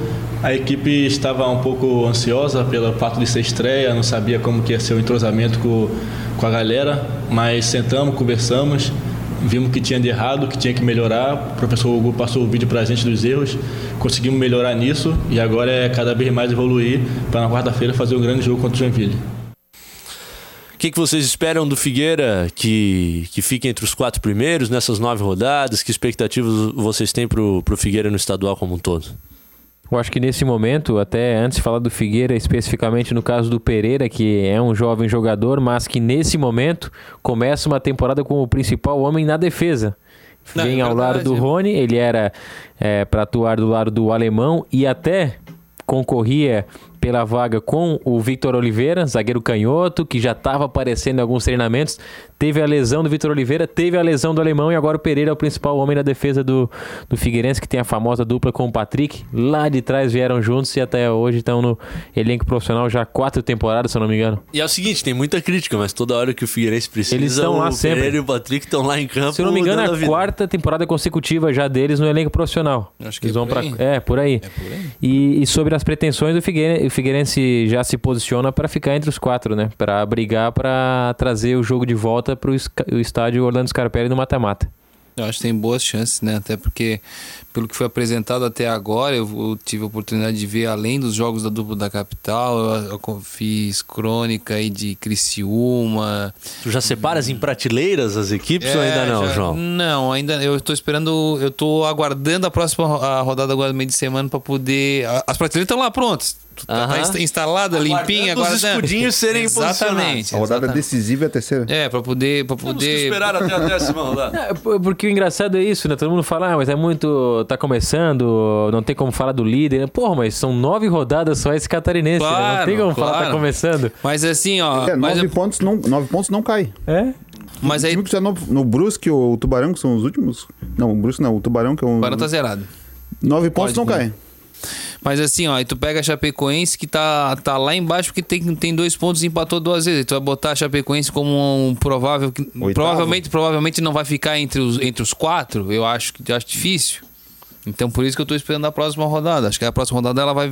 S8: a equipe estava um pouco ansiosa pelo fato de ser estreia, não sabia como que ia ser o entrosamento com, com a galera, mas sentamos, conversamos, vimos o que tinha de errado, o que tinha que melhorar. O professor Hugo passou o vídeo pra gente dos erros, conseguimos melhorar nisso e agora é cada vez mais evoluir para na quarta-feira fazer um grande jogo contra o Joinville.
S2: O que, que vocês esperam do Figueira que, que fique entre os quatro primeiros nessas nove rodadas? Que expectativas vocês têm pro, pro Figueira no estadual como um todo?
S5: Eu acho que nesse momento, até antes de falar do Figueira, especificamente no caso do Pereira, que é um jovem jogador, mas que nesse momento começa uma temporada como o principal homem na defesa.
S3: Não,
S5: Vem
S3: é
S5: ao lado do
S3: verdade.
S5: Rony, é, ele era para atuar do lado do alemão e até concorria pela vaga com o Victor Oliveira, zagueiro canhoto, que já estava aparecendo em alguns treinamentos. Teve a lesão do Victor Oliveira, teve a lesão do alemão e agora o Pereira é o principal homem da defesa do, do Figueirense, que tem a famosa dupla com o Patrick. Lá de trás vieram juntos e até hoje estão no elenco profissional já quatro temporadas, se eu não me engano.
S2: E é o seguinte, tem muita crítica, mas toda hora que o Figueirense precisa,
S5: Eles estão lá
S2: o
S5: sempre.
S2: Pereira e o Patrick estão lá em campo.
S5: Se eu não me engano,
S2: dando a
S5: é a
S2: vida.
S5: quarta temporada consecutiva já deles no elenco profissional.
S3: Acho que
S5: Eles
S3: é
S5: vão
S3: por
S5: pra-
S3: aí.
S5: É, por aí. E, e sobre as pretensões, o Figueirense, o Figueirense já se posiciona para ficar entre os quatro, né? Para brigar, para trazer o jogo de volta para o estádio Orlando Scarpelli no mata-mata.
S3: Eu acho que tem boas chances, né? Até porque, pelo que foi apresentado até agora, eu, eu tive a oportunidade de ver além dos jogos da dupla da capital, eu, eu co- fiz crônica aí de Criciúma.
S2: Tu já separas em prateleiras as equipes ou
S3: É,
S2: ainda não,
S3: já-
S2: João?
S3: Não, ainda eu tô esperando, eu tô aguardando a próxima ro- a rodada agora do meio de semana para poder. a- As prateleiras estão lá prontas. Tu Tá, tá
S2: Aham.
S3: insta- instalada,
S2: Aguardando
S3: limpinha, agora né?
S2: os escudinhos serem
S3: Exatamente.
S4: A rodada
S3: exatamente.
S4: decisiva é a terceira.
S3: É, para poder, para
S2: Temos que
S3: poder
S2: esperar até a décima rodada.
S5: É, p- Porque o engraçado é isso, né? Todo mundo fala, ah, mas é muito. tá começando, não tem como falar do líder. né? Porra, mas são nove rodadas só esse catarinense. né? Não
S3: Claro,
S5: tem como falar, tá
S3: claro.
S5: começando.
S3: Mas assim, ó,
S4: É,
S3: mas,
S4: nove, pontos não, nove pontos não cai.
S5: É?
S3: mas
S4: O
S3: aí
S4: time que está no, no Brusque ou o Tubarão, que são os últimos. Não, o Brusque não, o Tubarão, que é um.
S3: agora tá zerado.
S4: Nove pontos não cai.
S3: Mas assim, ó, aí tu pega a Chapecoense que tá, tá lá embaixo porque tem, tem dois pontos e empatou duas vezes. Aí Tu vai botar a Chapecoense como um provável. que-
S4: Oitavo.
S3: Provavelmente, provavelmente não vai ficar entre os, entre os quatro. Eu acho que acho difícil. Então por isso que eu tô esperando a próxima rodada. Acho que a próxima rodada ela vai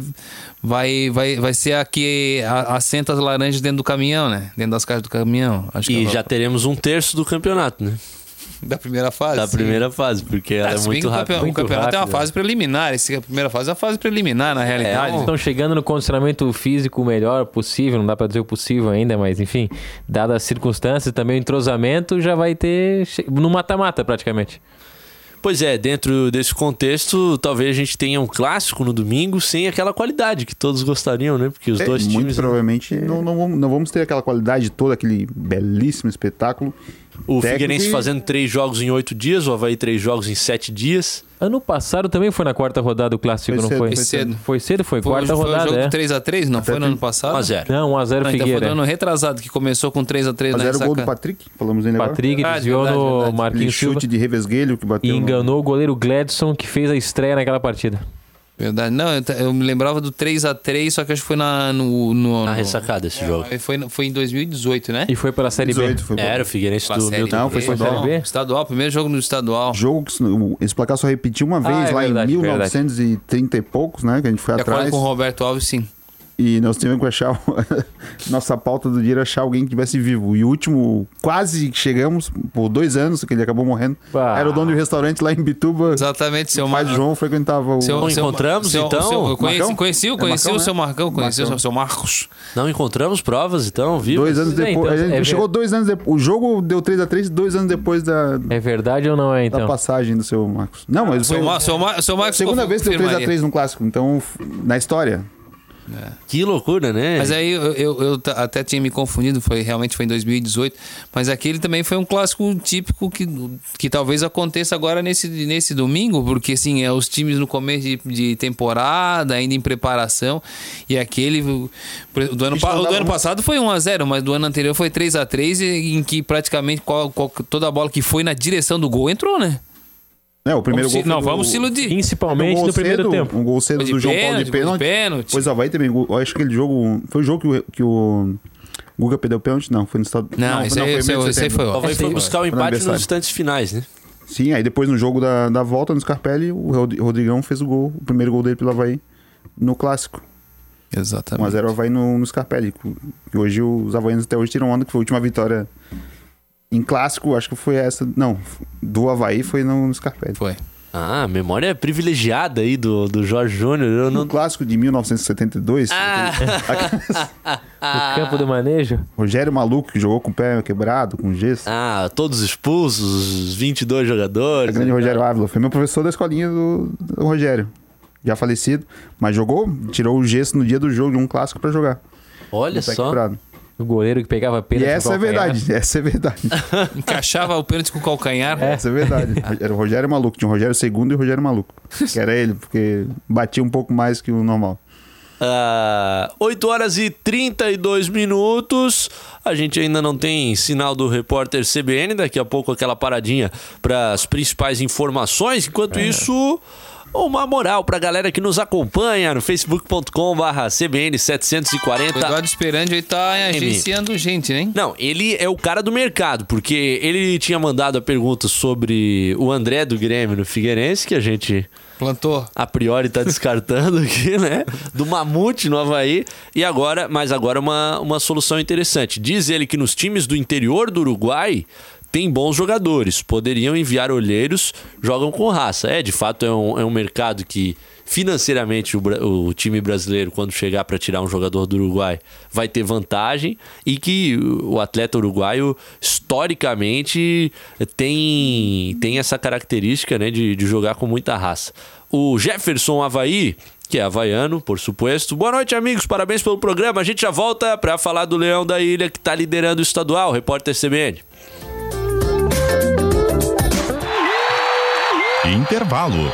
S3: vai vai, vai ser a que a- assenta as laranjas dentro do caminhão, né? Dentro das caixas do caminhão. Acho que
S2: E
S3: é
S2: já teremos um terço do campeonato, né?
S3: da primeira fase.
S2: Da primeira fase, porque ela é
S3: se bem que
S2: muito
S3: Assim, o campe-
S2: rápida.
S3: O campeonato é uma
S5: rápida.
S3: fase preliminar. Esse, a primeira fase é uma fase preliminar, na
S5: Ah,
S3: realidade.
S5: eles estão chegando no condicionamento físico melhor possível, não dá pra dizer o possível ainda, mas enfim, dadas as circunstâncias, também o entrosamento já vai ter che- no mata-mata praticamente.
S2: Pois é, dentro desse contexto, talvez a gente tenha um clássico no domingo sem aquela qualidade que todos gostariam, né? Porque os
S4: É,
S2: dois
S4: muito
S2: times.
S4: provavelmente não, não vamos- não vamos ter aquela qualidade toda, aquele belíssimo espetáculo.
S2: O
S4: Técnico
S2: Figueirense
S4: e-
S2: fazendo três jogos em oito dias, o Havaí três jogos em sete dias.
S5: Ano passado também foi na quarta rodada o clássico,
S4: Foi
S5: não
S4: cedo,
S5: foi?
S4: foi
S3: cedo.
S5: Foi cedo, foi,
S3: Foi,
S5: quarta
S3: foi o
S5: rodada,
S3: jogo
S5: é.
S3: 3x3, não foi no ano passado?
S2: 1 a 0
S5: Não, 1 a 0
S3: Ah, então foi
S5: Figueira.
S3: no ano retrasado que começou com 3x3
S4: Mas
S3: na
S4: era o gol do
S3: ressaca.
S4: Patrick, falamos ainda
S5: Patrick
S3: Verdade,
S5: desviou
S3: verdade,
S5: no
S3: verdade.
S4: agora. Aquele
S5: Marquinhos Silva
S4: chute de revesguelho que
S5: e
S4: bateu. no-
S5: enganou o goleiro Gladson que fez a estreia naquela partida.
S3: Verdade. Não, eu, ta- eu me lembrava do 3x3, só que acho que foi na, no, no,
S2: Na
S3: no-
S2: ressacada tá esse jogo.
S3: Aí Foi, foi em 2018, né?
S5: E foi pela Série
S4: 18
S5: B.
S4: foi.
S2: Era o Figueirense
S3: Pra
S2: do
S3: Série
S2: Milton.
S4: Não, foi
S3: B.
S4: estadual.
S5: Série B?
S3: Estadual, primeiro jogo no estadual.
S4: Jogo que se- o- esse placar só repetiu uma vez
S5: é
S4: lá
S5: verdade,
S4: em
S5: verdade.
S4: 1930 e poucos, né? Que a gente foi
S3: De acordo
S4: atrás.
S3: com o Roberto Alves, sim.
S4: E nós tivemos que achar. o- *laughs* nossa pauta do dia era achar alguém que estivesse vivo. E o último, quase que chegamos, por dois anos, que ele acabou morrendo.
S5: Bah.
S4: Era o dono de um restaurante lá em Bituba.
S3: Exatamente, seu
S4: O pai do
S3: Marcos.
S4: João frequentava o.
S2: Não encontramos, então?
S3: eu conheci,
S4: Marcão?
S3: conheci, eu
S4: É
S3: conheci
S4: Marcão,
S3: o
S4: né?
S3: seu Marcão, conheci o
S4: Marcão. né?
S3: seu- seu Marcos.
S2: Não encontramos provas, então, viu?
S4: Dois anos
S5: Pois é,
S4: depois.
S5: então,
S4: a gente
S5: é ver-
S4: chegou dois anos depois. O jogo deu 3x3, dois anos depois da,
S5: É verdade ou não é
S4: da
S5: então?
S4: passagem do seu Marcos. Não, mas foi
S3: Seu, Mar,
S4: a
S3: seu, Mar, seu Marcos
S4: segunda
S3: confir-
S4: vez que deu
S3: confirmaria.
S4: 3x3 no clássico. Então, f- na história.
S2: Que loucura, né?
S3: Mas é, aí eu, eu- eu ta- até tinha me confundido, foi realmente foi em 2018, mas aquele também foi um clássico típico que, que talvez aconteça agora nesse, nesse domingo, porque assim, é os times no começo de, de temporada, ainda em preparação, e aquele do ano, pa-
S4: não
S3: o do
S4: dava
S3: ano
S4: muito.
S3: passado foi 1 a 0, mas do ano anterior foi 3 a 3, e- em que praticamente qual- qual- toda a bola que foi na direção do gol entrou, né?
S4: É, o primeiro
S3: Vamos
S4: gol.
S3: se- não,
S4: foi do-
S3: vamos se iludir.
S5: Principalmente
S4: um gol
S5: no primeiro
S4: cedo,
S5: tempo.
S4: Um gol cedo
S3: Foi de
S4: do João Paulo
S3: pênalti,
S4: de
S3: foi de
S4: pênalti.
S3: pênalti.
S4: Pois Havaí também. gol- Eu acho que aquele jogo. Foi o jogo que o, que o Guga perdeu pênalti? Não, foi no estado.
S3: Não, esse, aí, esse, aí-
S4: meio de
S3: esse aí
S4: setembro.
S3: foi
S2: O Havaí
S3: ótimo.
S2: foi buscar o
S4: Foi no
S2: empate nos
S4: aniversário.
S2: instantes finais, né?
S4: Sim, aí depois no jogo da, da volta no Scarpelli, o Rod- Rodrigão fez o gol, o primeiro gol dele pelo Havaí no clássico.
S3: Exatamente.
S4: 1x0 Havaí no, no Scarpelli. Que hoje os havaianos até hoje tiram onda, que foi a última vitória em clássico, acho que foi essa. Não, do Havaí foi no, no Scarpelli.
S3: Foi.
S2: Ah, memória privilegiada aí do, do Jorge Júnior. Eu
S4: No
S2: não.
S4: Um clássico de 1972,
S3: Ah.
S5: O campo do manejo.
S4: Rogério Maluco, que jogou com o pé quebrado, com gesso.
S2: Ah, todos expulsos, os 22
S4: A
S2: jogadores.
S4: É grande Rogério Ávila. Foi meu professor da escolinha do, do Rogério. Já falecido. Mas jogou, tirou o gesso no dia do jogo de um clássico pra jogar.
S2: Olha
S4: Pé
S2: É só.
S4: quebrado.
S5: O goleiro que pegava
S4: E
S5: pênalti. no
S4: essa é
S5: calcanhar.
S4: verdade, essa é verdade.
S3: Encaixava o pênalti com o calcanhar.
S4: Essa é verdade. Era o Rogério Maluco. Tinha o Rogério Segundo e o Rogério Maluco. Que era ele, porque batia um pouco mais que o normal.
S2: Ah, 8 horas e 32 minutos. A gente ainda não tem sinal do repórter CBN. Daqui a pouco aquela paradinha para as principais informações. Enquanto isso. Uma moral pra galera que nos acompanha no facebook.com.br
S3: O
S2: CBN740
S3: Eduardo Esperandi aí tá agenciando gente, né?
S2: não, ele é o cara do mercado, porque ele tinha mandado a pergunta sobre o André do Grêmio no Figueirense, que a gente
S3: Plantou.
S2: a priori tá descartando *laughs* aqui, né? Do Mamute no Havaí. E agora, mas agora uma, uma solução interessante. Diz ele que nos times do interior do Uruguai tem bons jogadores, poderiam enviar olheiros, jogam com raça. É, de fato, é um, é um mercado que financeiramente o, bra- o time brasileiro, quando chegar para tirar um jogador do Uruguai, vai ter vantagem e que o atleta uruguaio, historicamente, tem, tem essa característica né, de, de jogar com muita raça. O Jefferson Havaí, que é havaiano, por suposto. Boa noite, amigos. Parabéns pelo programa. A gente já volta para falar do Leão da Ilha, que tá liderando o estadual. Repórter CBN.
S1: Intervalo.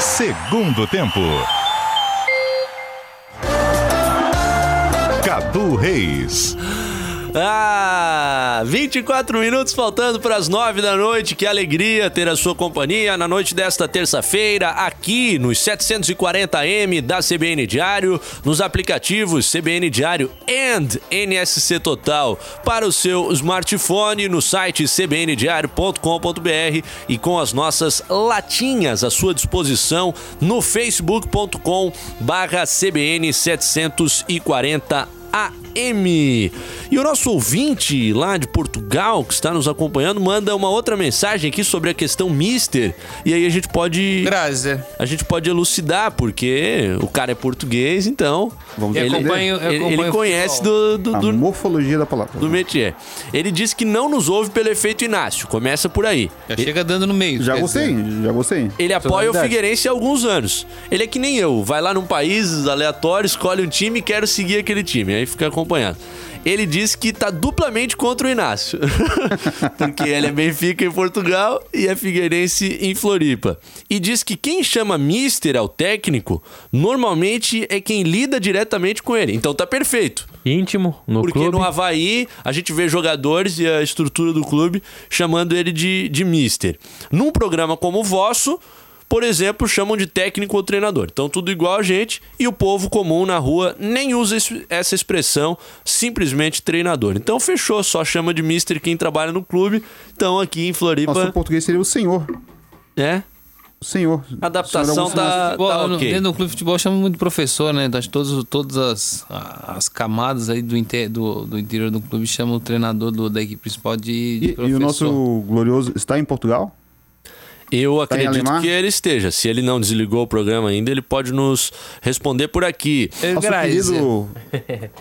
S1: Segundo tempo. Cadu Reis.
S2: Ah, 24 minutos faltando para as 9 da noite. Que alegria ter a sua companhia na noite desta terça-feira, aqui nos 740M da CBN Diário, nos aplicativos CBN Diário and NSC Total para o seu smartphone no site cbndiario.com.br e com as nossas latinhas à sua disposição no facebook.com/cbn740 AM. E o nosso ouvinte lá de Portugal, que está nos acompanhando, manda uma outra mensagem aqui sobre a questão Mister. E aí a gente pode.
S3: Grazer.
S2: A gente pode elucidar, porque o cara é português, então.
S4: Vamos
S3: Eu
S2: ele,
S3: acompanho- eu
S2: ele- ele
S3: acompanho o
S2: conhece do,
S3: futebol.
S2: do,
S4: A
S2: do-
S4: morfologia da palavra.
S2: do métier. Ele diz que não nos ouve pelo efeito Inácio. Começa por aí.
S3: Já chega dando no meio.
S4: Já
S3: quer
S4: gostei,
S3: dizer.
S4: já gostei.
S2: Ele apoia o
S4: novidade.
S2: Figueirense há alguns anos. Ele é que nem eu, vai lá num país aleatório, escolhe um time e quero seguir aquele time. Aí fica acompanhado. Ele diz que tá duplamente contra o Inácio. *laughs* Porque ele é Benfica em Portugal e é Figueirense em Floripa. E diz que quem chama Mister ao técnico, normalmente é quem lida diretamente com ele. Então tá perfeito.
S5: Íntimo no
S2: Porque
S5: clube.
S2: no Havaí a gente vê jogadores e a estrutura do clube chamando ele de, de mister. Num programa como o vosso, por exemplo, chamam de técnico ou treinador. Então tudo igual a gente e o povo comum na rua nem usa es- essa expressão, simplesmente treinador. Então fechou, só chama de mister quem trabalha no clube. Então aqui em
S4: Nosso
S2: Floripa,
S4: português seria o senhor.
S2: né?
S4: O senhor.
S2: A adaptação
S4: O senhor é um
S5: né?
S4: senhor.
S2: tá,
S3: Futebol,
S2: tá
S3: no-
S2: ok.
S3: Dentro do clube de futebol chama muito de professor, né? Então, acho que todos, todas as, as camadas aí do, inte- do, do interior do clube chamam o treinador do- da equipe principal de, de
S4: E,
S3: professor.
S4: e o nosso glorioso está em Portugal?
S2: Eu
S4: em
S2: acredito
S4: Alemar?
S2: que ele esteja. Se ele não desligou o programa ainda, ele pode nos responder por aqui.
S3: É,
S4: Nosso
S3: Grazer. *laughs*
S4: querido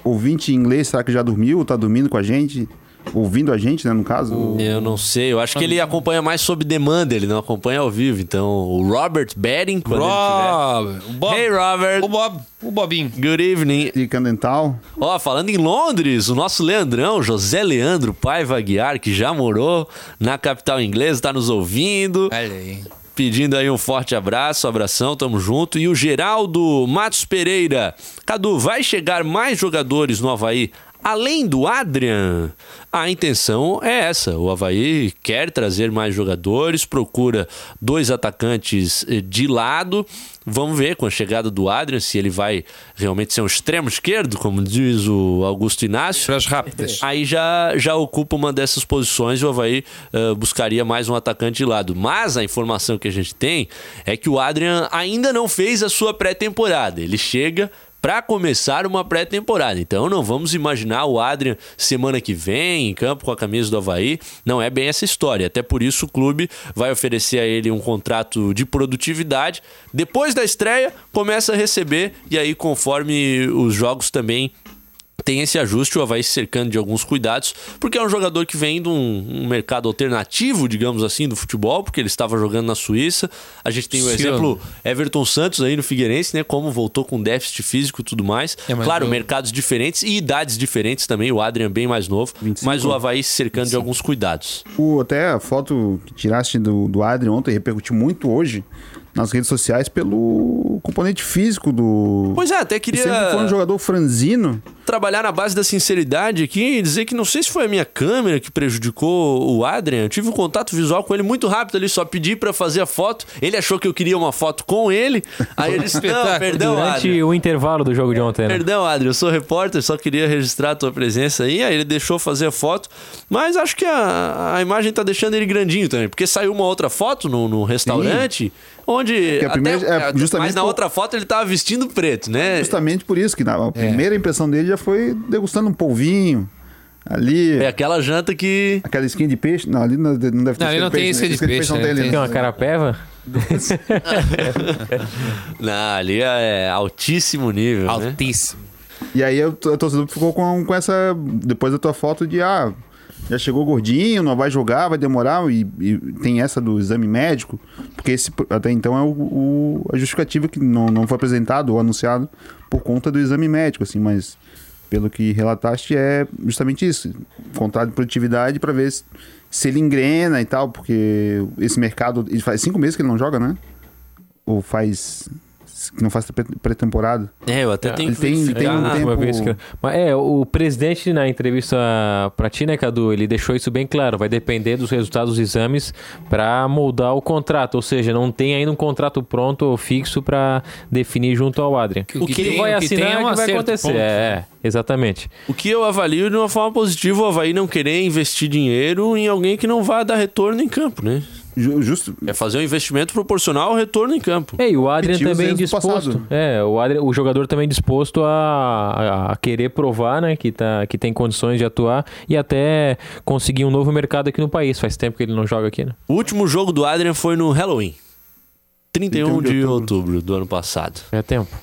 S4: ouvinte inglês, será que já dormiu? Tá dormindo com a gente? Ouvindo a gente, né, no caso?
S3: Hum.
S2: Eu não sei, eu acho que ele acompanha mais sob demanda, ele não acompanha ao vivo. Então, o Robert Betting, quando
S3: Rob, o Bob,
S2: ele tiver... Hey,
S3: o
S2: Robert!
S3: Bob, o Bobinho.
S2: Good evening.
S4: E Candental.
S2: Ó, falando em Londres, o nosso Leandrão, José Leandro Paiva Aguiar, que já morou na capital inglesa, tá nos ouvindo.
S3: Olha aí.
S2: Pedindo aí um forte abraço, abração, tamo junto. E o Geraldo Matos Pereira. Cadu, vai chegar mais jogadores no Havaí além do Adrian? A intenção é essa. O Havaí quer trazer mais jogadores, procura dois atacantes eh, de lado. Vamos ver com a chegada do Adrian se ele vai realmente ser um extremo esquerdo, como diz o Augusto Inácio.
S3: Fras rápidas.
S2: Aí já, já ocupa uma dessas posições e o Havaí eh, buscaria mais um atacante de lado. Mas a informação que a gente tem é que o Adrian ainda não fez a sua pré-temporada. Ele chega para começar uma pré-temporada. Então não vamos imaginar o Adrian semana que vem em campo com a camisa do Havaí. Não é bem essa história. Até por isso o clube vai oferecer a ele um contrato de produtividade. Depois da estreia, começa a receber e aí conforme os jogos também tem esse ajuste, o Havaí se cercando de alguns cuidados, porque é um jogador que vem de um, um mercado alternativo, digamos assim, do futebol, porque ele estava jogando na Suíça. A gente tem o
S3: Sim,
S2: exemplo Everton Santos aí no Figueirense, né? Como voltou com déficit físico e tudo mais.
S3: É, mas
S2: claro,
S3: eu-
S2: mercados diferentes e idades diferentes também. O Adrian bem mais novo,
S4: 25.
S2: mas o Havaí se cercando de alguns cuidados.
S4: O, até a foto que tiraste do, do Adrian ontem repercutiu muito hoje nas redes sociais pelo componente físico do.
S2: Pois é, até
S4: Que sempre foi um
S2: queria
S4: jogador franzino.
S2: trabalhar na base da sinceridade aqui e dizer que não sei se foi a minha câmera que prejudicou o Adrian. Eu tive um contato visual com ele muito rápido ali, só pedi pra fazer a foto. Ele achou que eu queria uma foto com ele. Aí ele
S5: *laughs*
S2: disse: Não, perdão,
S5: Durante
S3: né?
S2: Adrian.
S5: o intervalo do jogo de ontem, né?
S2: Perdão, Adrian, eu sou repórter, só queria registrar a tua presença aí. Aí ele deixou fazer a foto, mas acho que a, a imagem tá deixando ele grandinho também, porque saiu uma outra foto no, no restaurante, onde.
S4: a primeira- é, justamente
S2: mas na
S4: por-
S2: outra foto ele tava vestindo preto, né?
S4: Justamente por isso que
S3: É.
S4: na a primeira impressão dele já foi degustando um polvinho ali.
S2: É aquela janta que.
S4: Aquela skin de peixe? Não, ali não, não deve ter
S3: Não, ali
S4: skin
S3: não
S4: de peixe.
S3: tem
S4: né?
S3: skin de
S4: Skin
S3: peixe,
S4: não
S3: né?
S4: tem ali.
S5: Tem uma carapeva?
S2: Não, ali é altíssimo nível. Né?
S3: Altíssimo.
S4: E aí o to- o torcedor ficou com, com essa. Depois da tua foto de ah, já chegou gordinho, não vai jogar, vai demorar. E, e tem essa do exame médico, porque esse pr- até então é o, o- a justificativa que não, não foi apresentado ou anunciado por conta do exame médico, assim, mas pelo que relataste é justamente isso. Contrato de produtividade para ver se, se ele engrena e tal, porque esse mercado. ele Faz cinco meses que ele não joga, né? Ou faz. que Não faz pré- pré-temporada.
S2: É, eu até tenho
S4: Ele
S2: que
S4: tem-
S2: verificar.
S4: tem um
S5: Ah,
S4: tempo-
S5: uma vez que- Mas é, o presidente na entrevista pra ti, né, Cadu, ele deixou isso bem claro. Vai depender dos resultados dos exames pra moldar o contrato. Ou seja, não tem ainda um contrato pronto ou fixo pra definir junto ao Adrian.
S3: o que tem-
S5: vai
S3: o que tem
S5: assinar
S3: é um
S5: é o que vai
S3: acerto,
S5: acontecer.
S3: ponto.
S5: É, é, exatamente.
S2: O que eu avalio de uma forma positiva, o Havaí não querer investir dinheiro em alguém que não vá dar retorno em campo, né?
S4: Ju- Justo,
S2: É fazer um investimento proporcional ao retorno em campo.
S5: É, e o Adrian
S4: Repetiu os
S5: também
S4: erros do
S5: disposto.
S4: passado.
S5: É, o, Adrian, o jogador também disposto a, a- a querer provar, né, que, tá, que tem condições de atuar e até conseguir um novo mercado aqui no país. Faz tempo que ele não joga aqui, né?
S2: O último jogo do Adrian foi no Halloween. 31 de, outubro. do ano passado.
S5: É tempo.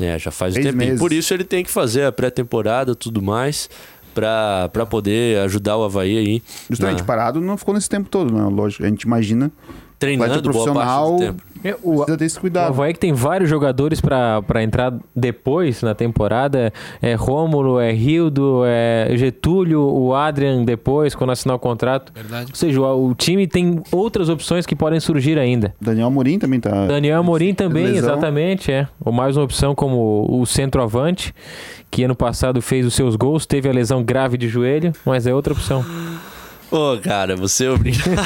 S2: É, já faz um
S4: Três
S2: tempinho.
S4: meses.
S2: Por isso ele tem que fazer a pré-temporada tudo mais pra, pra poder ajudar o Havaí aí.
S4: Justamente,
S2: na-
S4: parado não ficou nesse tempo todo, né? Lógico, a gente imagina.
S2: treinando boa parte do
S4: profissional.
S2: tempo.
S5: É, o,
S4: Precisa ter esse
S5: O
S4: cuidado.
S5: Havaí que tem vários jogadores pra pra entrar depois na temporada. É Rômulo, é Rildo, é Getúlio, o Adrian depois, quando assinar o contrato.
S3: Verdade.
S5: Ou seja, o, o time tem outras opções que podem surgir ainda.
S4: Daniel Amorim também tá.
S5: Daniel Amorim também,
S4: lesão.
S5: exatamente, é. Ou mais uma opção como o centroavante, que ano passado fez os seus gols, teve a lesão grave de joelho, mas é outra opção.
S2: Ô, cara, você é obrigado.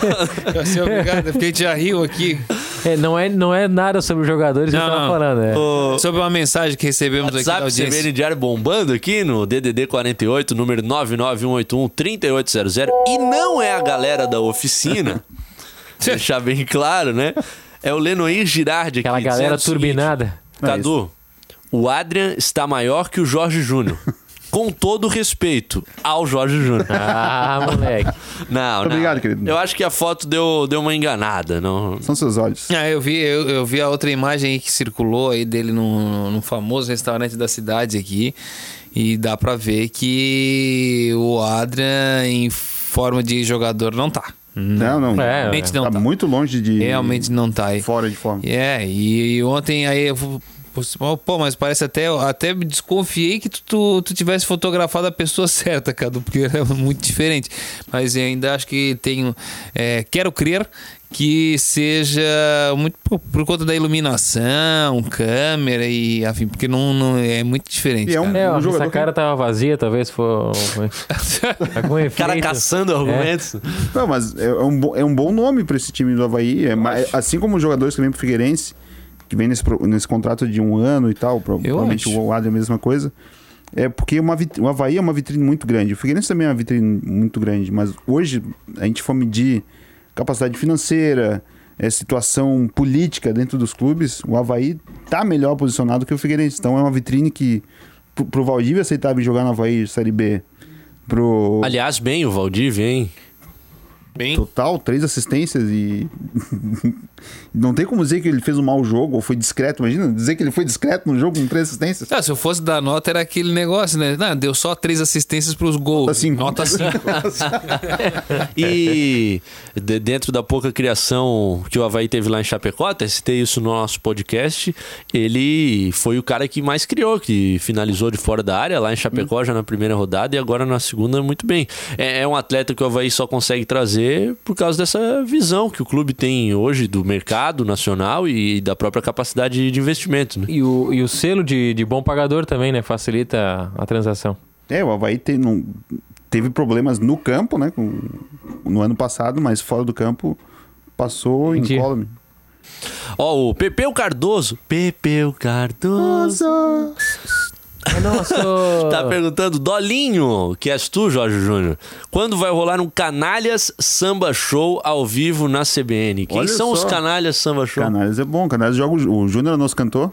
S3: Eu sei, obrigado, porque a gente já riu aqui
S5: É, não, é, não é nada sobre os jogadores que
S3: Não,
S5: eu tava
S3: não.
S5: falando. É.
S3: sobre uma mensagem que recebemos aqui da
S2: WhatsApp
S3: audiência.
S2: CBN Diário bombando aqui no DDD 48, número 99181-3800. E não é a galera da oficina. deixar bem claro, né? É o Lenoir Girardi aqui.
S5: Aquela galera
S2: dizendo o seguinte,
S5: turbinada.
S4: É
S2: Cadu, o Adrian está maior que o Jorge Júnior. Com todo respeito ao Jorge Júnior.
S5: Ah, moleque.
S2: Não, não.
S4: Obrigado, querido.
S2: Eu acho que a foto deu, deu uma enganada. Não,
S4: São seus olhos.
S3: Ah, eu vi, eu, eu vi a outra imagem aí que circulou aí dele num, num famoso restaurante da cidade aqui. E dá pra ver que o Adrian, em forma de jogador, não tá.
S4: Não, não.
S5: É,
S3: Realmente não
S4: tá,
S3: tá.
S4: muito longe de.
S3: Realmente não tá aí.
S4: Fora de forma.
S3: É, e, e ontem aí eu. fu- fu- oh, Pô, mas parece até. eu Até me desconfiei que tu, tu, tu tivesse fotografado a pessoa *laughs* certa, Cadu, porque era muito diferente. Mas eu ainda acho que tenho. é, quero crer que seja muito por, por conta da iluminação, câmera e afim, porque não, não é muito diferente.
S4: E é um-
S3: cara.
S5: É, ó,
S4: jogador
S5: essa cara tava vazia, talvez for algum
S2: o cara
S5: efeito.
S2: caçando argumentos.
S4: Não, mas é, é um, bo- é um bom nome pra esse time do Havaí. É, ma- é- assim como os jogadores que vêm pro Figueirense, que vêm nesse, pro- nesse contrato de um ano e tal, pro- provavelmente
S3: acho.
S4: o Adrian é a mesma coisa. É porque uma vit- o Havaí é uma vitrine muito grande. O Figueirense também é uma vitrine muito grande, mas hoje a gente for medir capacidade financeira, é, situação política dentro dos clubes, o Havaí tá melhor posicionado que o Figueirense. Então é uma vitrine que pro, pro Valdívia aceitar vir jogar no Havaí Série B, pro
S2: Aliás, bem o Valdívia, hein? Bem.
S4: Total, três assistências e. *laughs* não tem como dizer que ele fez um mau jogo ou foi discreto. Imagina dizer que ele foi discreto no jogo com três assistências.
S3: *laughs* Ah, se eu fosse dar nota, era aquele negócio, né? Não, deu só três assistências pros gols.
S4: Nota cinco.
S3: Nota 5.
S2: *laughs*
S3: *laughs*
S2: E de- dentro da pouca criação que o Havaí teve lá em Chapecó, até citei isso no nosso podcast, ele foi o cara que mais criou, que finalizou de fora da área lá em Chapecó já na primeira rodada e agora na segunda muito bem. É, é um atleta que o Havaí só consegue trazer por causa dessa visão que o clube tem hoje do mercado nacional e da própria capacidade de investimento, né?
S5: E o, e o selo de, de bom pagador também, né? Facilita a transação.
S4: É, o Havaí tem- não- teve problemas no campo, né? com- no ano passado, mas fora do campo passou em
S5: Entendi.
S4: column.
S2: Ó, o Pepeu Cardoso. Pepeu Cardoso. Tá perguntando, Dolinho, que és tu, Jorge Júnior. Quando vai rolar um Canalhas Samba Show ao vivo na CBN? Quem
S4: Olha
S2: são os
S4: só.
S2: Canalhas Samba Show?
S4: Canales é bom, Canales joga. o- O Júnior é nosso cantor.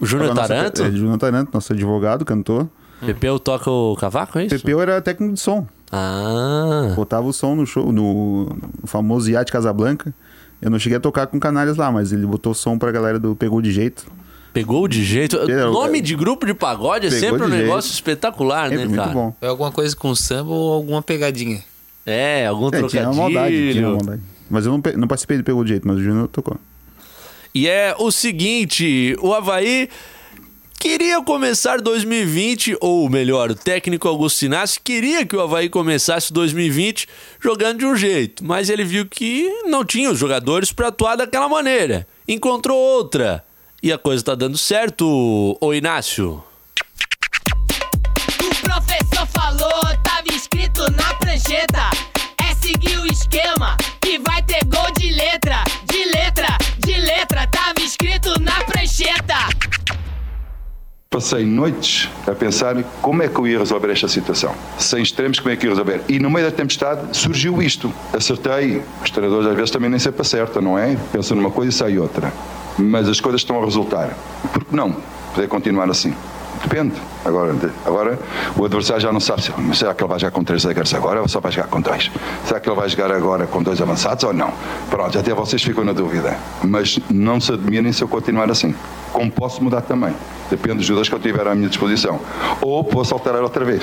S2: O Júnior
S4: Joga nosso-
S2: Taranto?
S4: É, Júnior Taranto, nosso advogado, cantor.
S2: Pepeu toca o cavaco, é isso?
S4: Pepeu era técnico de som.
S2: Ah,
S4: Botava o som no show, no famoso Iate Casablanca. Eu não cheguei a tocar com Canalhas lá, mas ele botou som pra galera do Pegou de Jeito.
S2: pegou de jeito.
S4: Pegou-
S2: Nome de grupo de pagode é
S4: é Pegou
S2: sempre um
S4: de jeito.
S2: negócio espetacular,
S4: Sempre
S2: né,
S4: muito
S2: cara?
S4: bom.
S3: É alguma coisa com samba ou alguma pegadinha?
S2: É, algum
S4: É, tinha uma
S2: trocadilho.
S4: maldade, tinha uma maldade. Mas eu não, pe- não participei do Pegou de Jeito, mas o Júnior tocou.
S2: E é o seguinte, o Havaí queria começar 2020, ou melhor, o técnico Augustinassi queria que o Havaí começasse 2020 jogando de um jeito, mas ele viu que não tinha os jogadores para atuar daquela maneira. Encontrou outra. E a coisa tá dando certo, ô Inácio.
S7: O professor falou, tava escrito na prancheta. É seguir o esquema que vai ter gol de letra, de letra, de letra. Tava escrito na prancheta.
S9: Passei noites a pensar como é que eu ia resolver esta situação. Sem extremos, como é que eu ia resolver? E no meio da tempestade surgiu isto. Acertei. Os treinadores às vezes também nem sempre acertam, não é? Pensam numa coisa e sai outra. Mas as coisas estão a resultar. Por que não poder continuar assim? Depende. Agora, de- agora o adversário já não sabe se mas será que ele vai jogar com três zagueiros agora ou só vai jogar com dois. Será que ele vai jogar agora com dois avançados ou não? Pronto, até vocês ficam na dúvida. Mas não se admirem se eu continuar assim. Como posso mudar também? Depende dos jogadores que eu tiver à minha disposição. Ou posso alterar outra vez.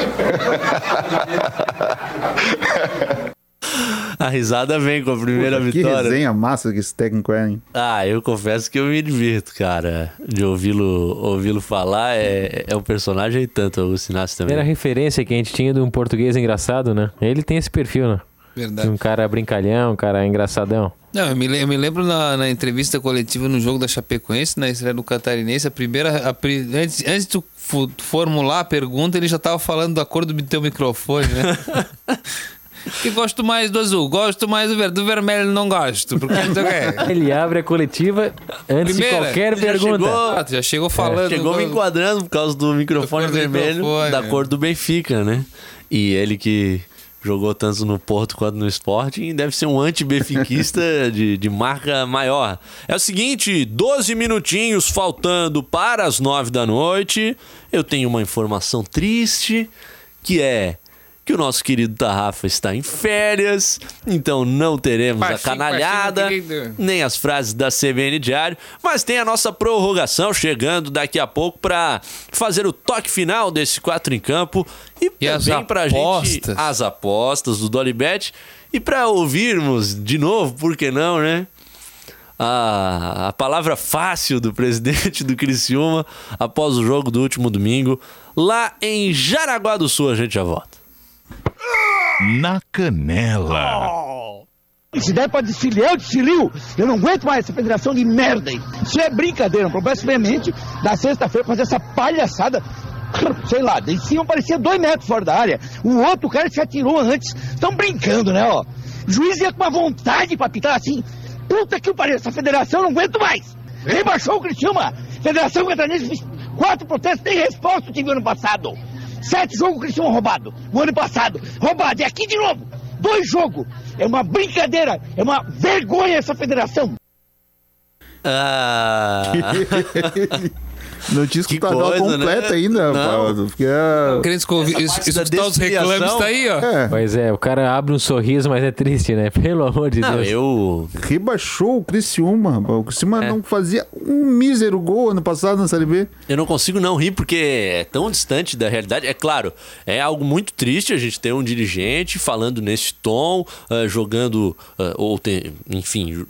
S2: A risada vem com a primeira
S4: Puta, que
S2: vitória.
S4: resenha massa que esse técnico é, hein?
S2: Ah, eu confesso que eu me divirto, cara. De ouvi-lo ouvi falar é, é um personagem e tanto, o Augustinassi também.
S5: Primeira referência que a gente tinha de um português engraçado, né? Ele tem esse perfil, né? De
S3: Verdade.
S5: um cara brincalhão, um cara engraçadão.
S3: Não, eu me, le- eu me lembro na, na entrevista coletiva no jogo da Chapecoense, na estreia do Catarinense, a primeira. a pri- antes, antes de tu fu- formular a pergunta, ele já tava falando da cor do mi- teu microfone, né? que gosto mais do azul, gosto mais do verde. Do vermelho não gosto, porque não sei o quê.
S5: Ele abre a coletiva antes de
S3: Primeira,
S5: qualquer
S2: já
S5: pergunta.
S2: chegou-
S3: Ah, tu já chegou falando.
S2: É, Chegou me enquadrando por causa do microfone
S3: cor do
S2: vermelho
S3: microfone,
S2: da
S3: é.
S2: cor do Benfica, né? E ele que jogou tanto no Porto quanto no Sporting, deve ser um
S3: *laughs*
S2: anti-benfiquista de, de marca maior. É o seguinte, 12 minutinhos faltando para as 9 da noite. Eu tenho uma informação triste, que é que o nosso querido Tarrafa está em férias, então não teremos a
S3: Baixinho,
S2: canalhada
S3: baixinho, querido.
S2: nem as frases da CBN Diário, mas tem a nossa prorrogação chegando daqui a pouco para fazer o toque final desse quatro em campo e,
S3: E as
S2: também para gente
S3: apostas.
S2: as apostas do Dolibet e para ouvirmos de novo, por que não, né? A, a palavra fácil do presidente do Criciúma após o jogo do último domingo lá em Jaraguá do Sul. A gente já volta.
S1: Na canela.
S10: Se der pra desfilar, eu desfilio. Eu não aguento mais essa federação de merda aí. Isso é brincadeira, um problema semente da sexta-feira fazer essa palhaçada. *laughs* Sei lá, de cima parecia dois metros fora da área. O outro cara se atirou antes. Estão brincando, né, ó? O juiz ia com uma vontade pra pitar assim. Puta que pariu, essa federação eu não aguento mais. Rebaixou o Criciúma. Federação Catarinense fez quatro protestos, nem resposta tive ano passado. Sete jogos o Criciúma roubado. O ano passado, roubado. E aqui de novo, dois jogos. É uma brincadeira, é uma vergonha essa federação.
S2: Ah,
S4: Não tinha
S2: Que
S4: escutado ela
S2: coisa, né?
S4: completa tá ainda,
S2: Não.
S4: Paulo. Porque é...
S3: Querendo escovi-
S2: Essa parte
S3: es-
S2: da
S3: escutar os reclames,
S2: desviação-
S3: tá aí, ó.
S4: é,
S5: Pois é, o cara abre um sorriso, mas é triste, né? *laughs* Pelo amor de
S2: Não,
S5: Deus.
S2: eu.
S4: rebaixou o Criciúma, rapaz. O
S2: É.
S4: Criciúma não fazia um mísero gol ano passado na Série B.
S2: Eu não consigo não rir porque é tão distante da realidade. É claro, é algo muito triste a gente ter um dirigente falando nesse tom, ah, jogando, ah, ou tem, enfim, ju-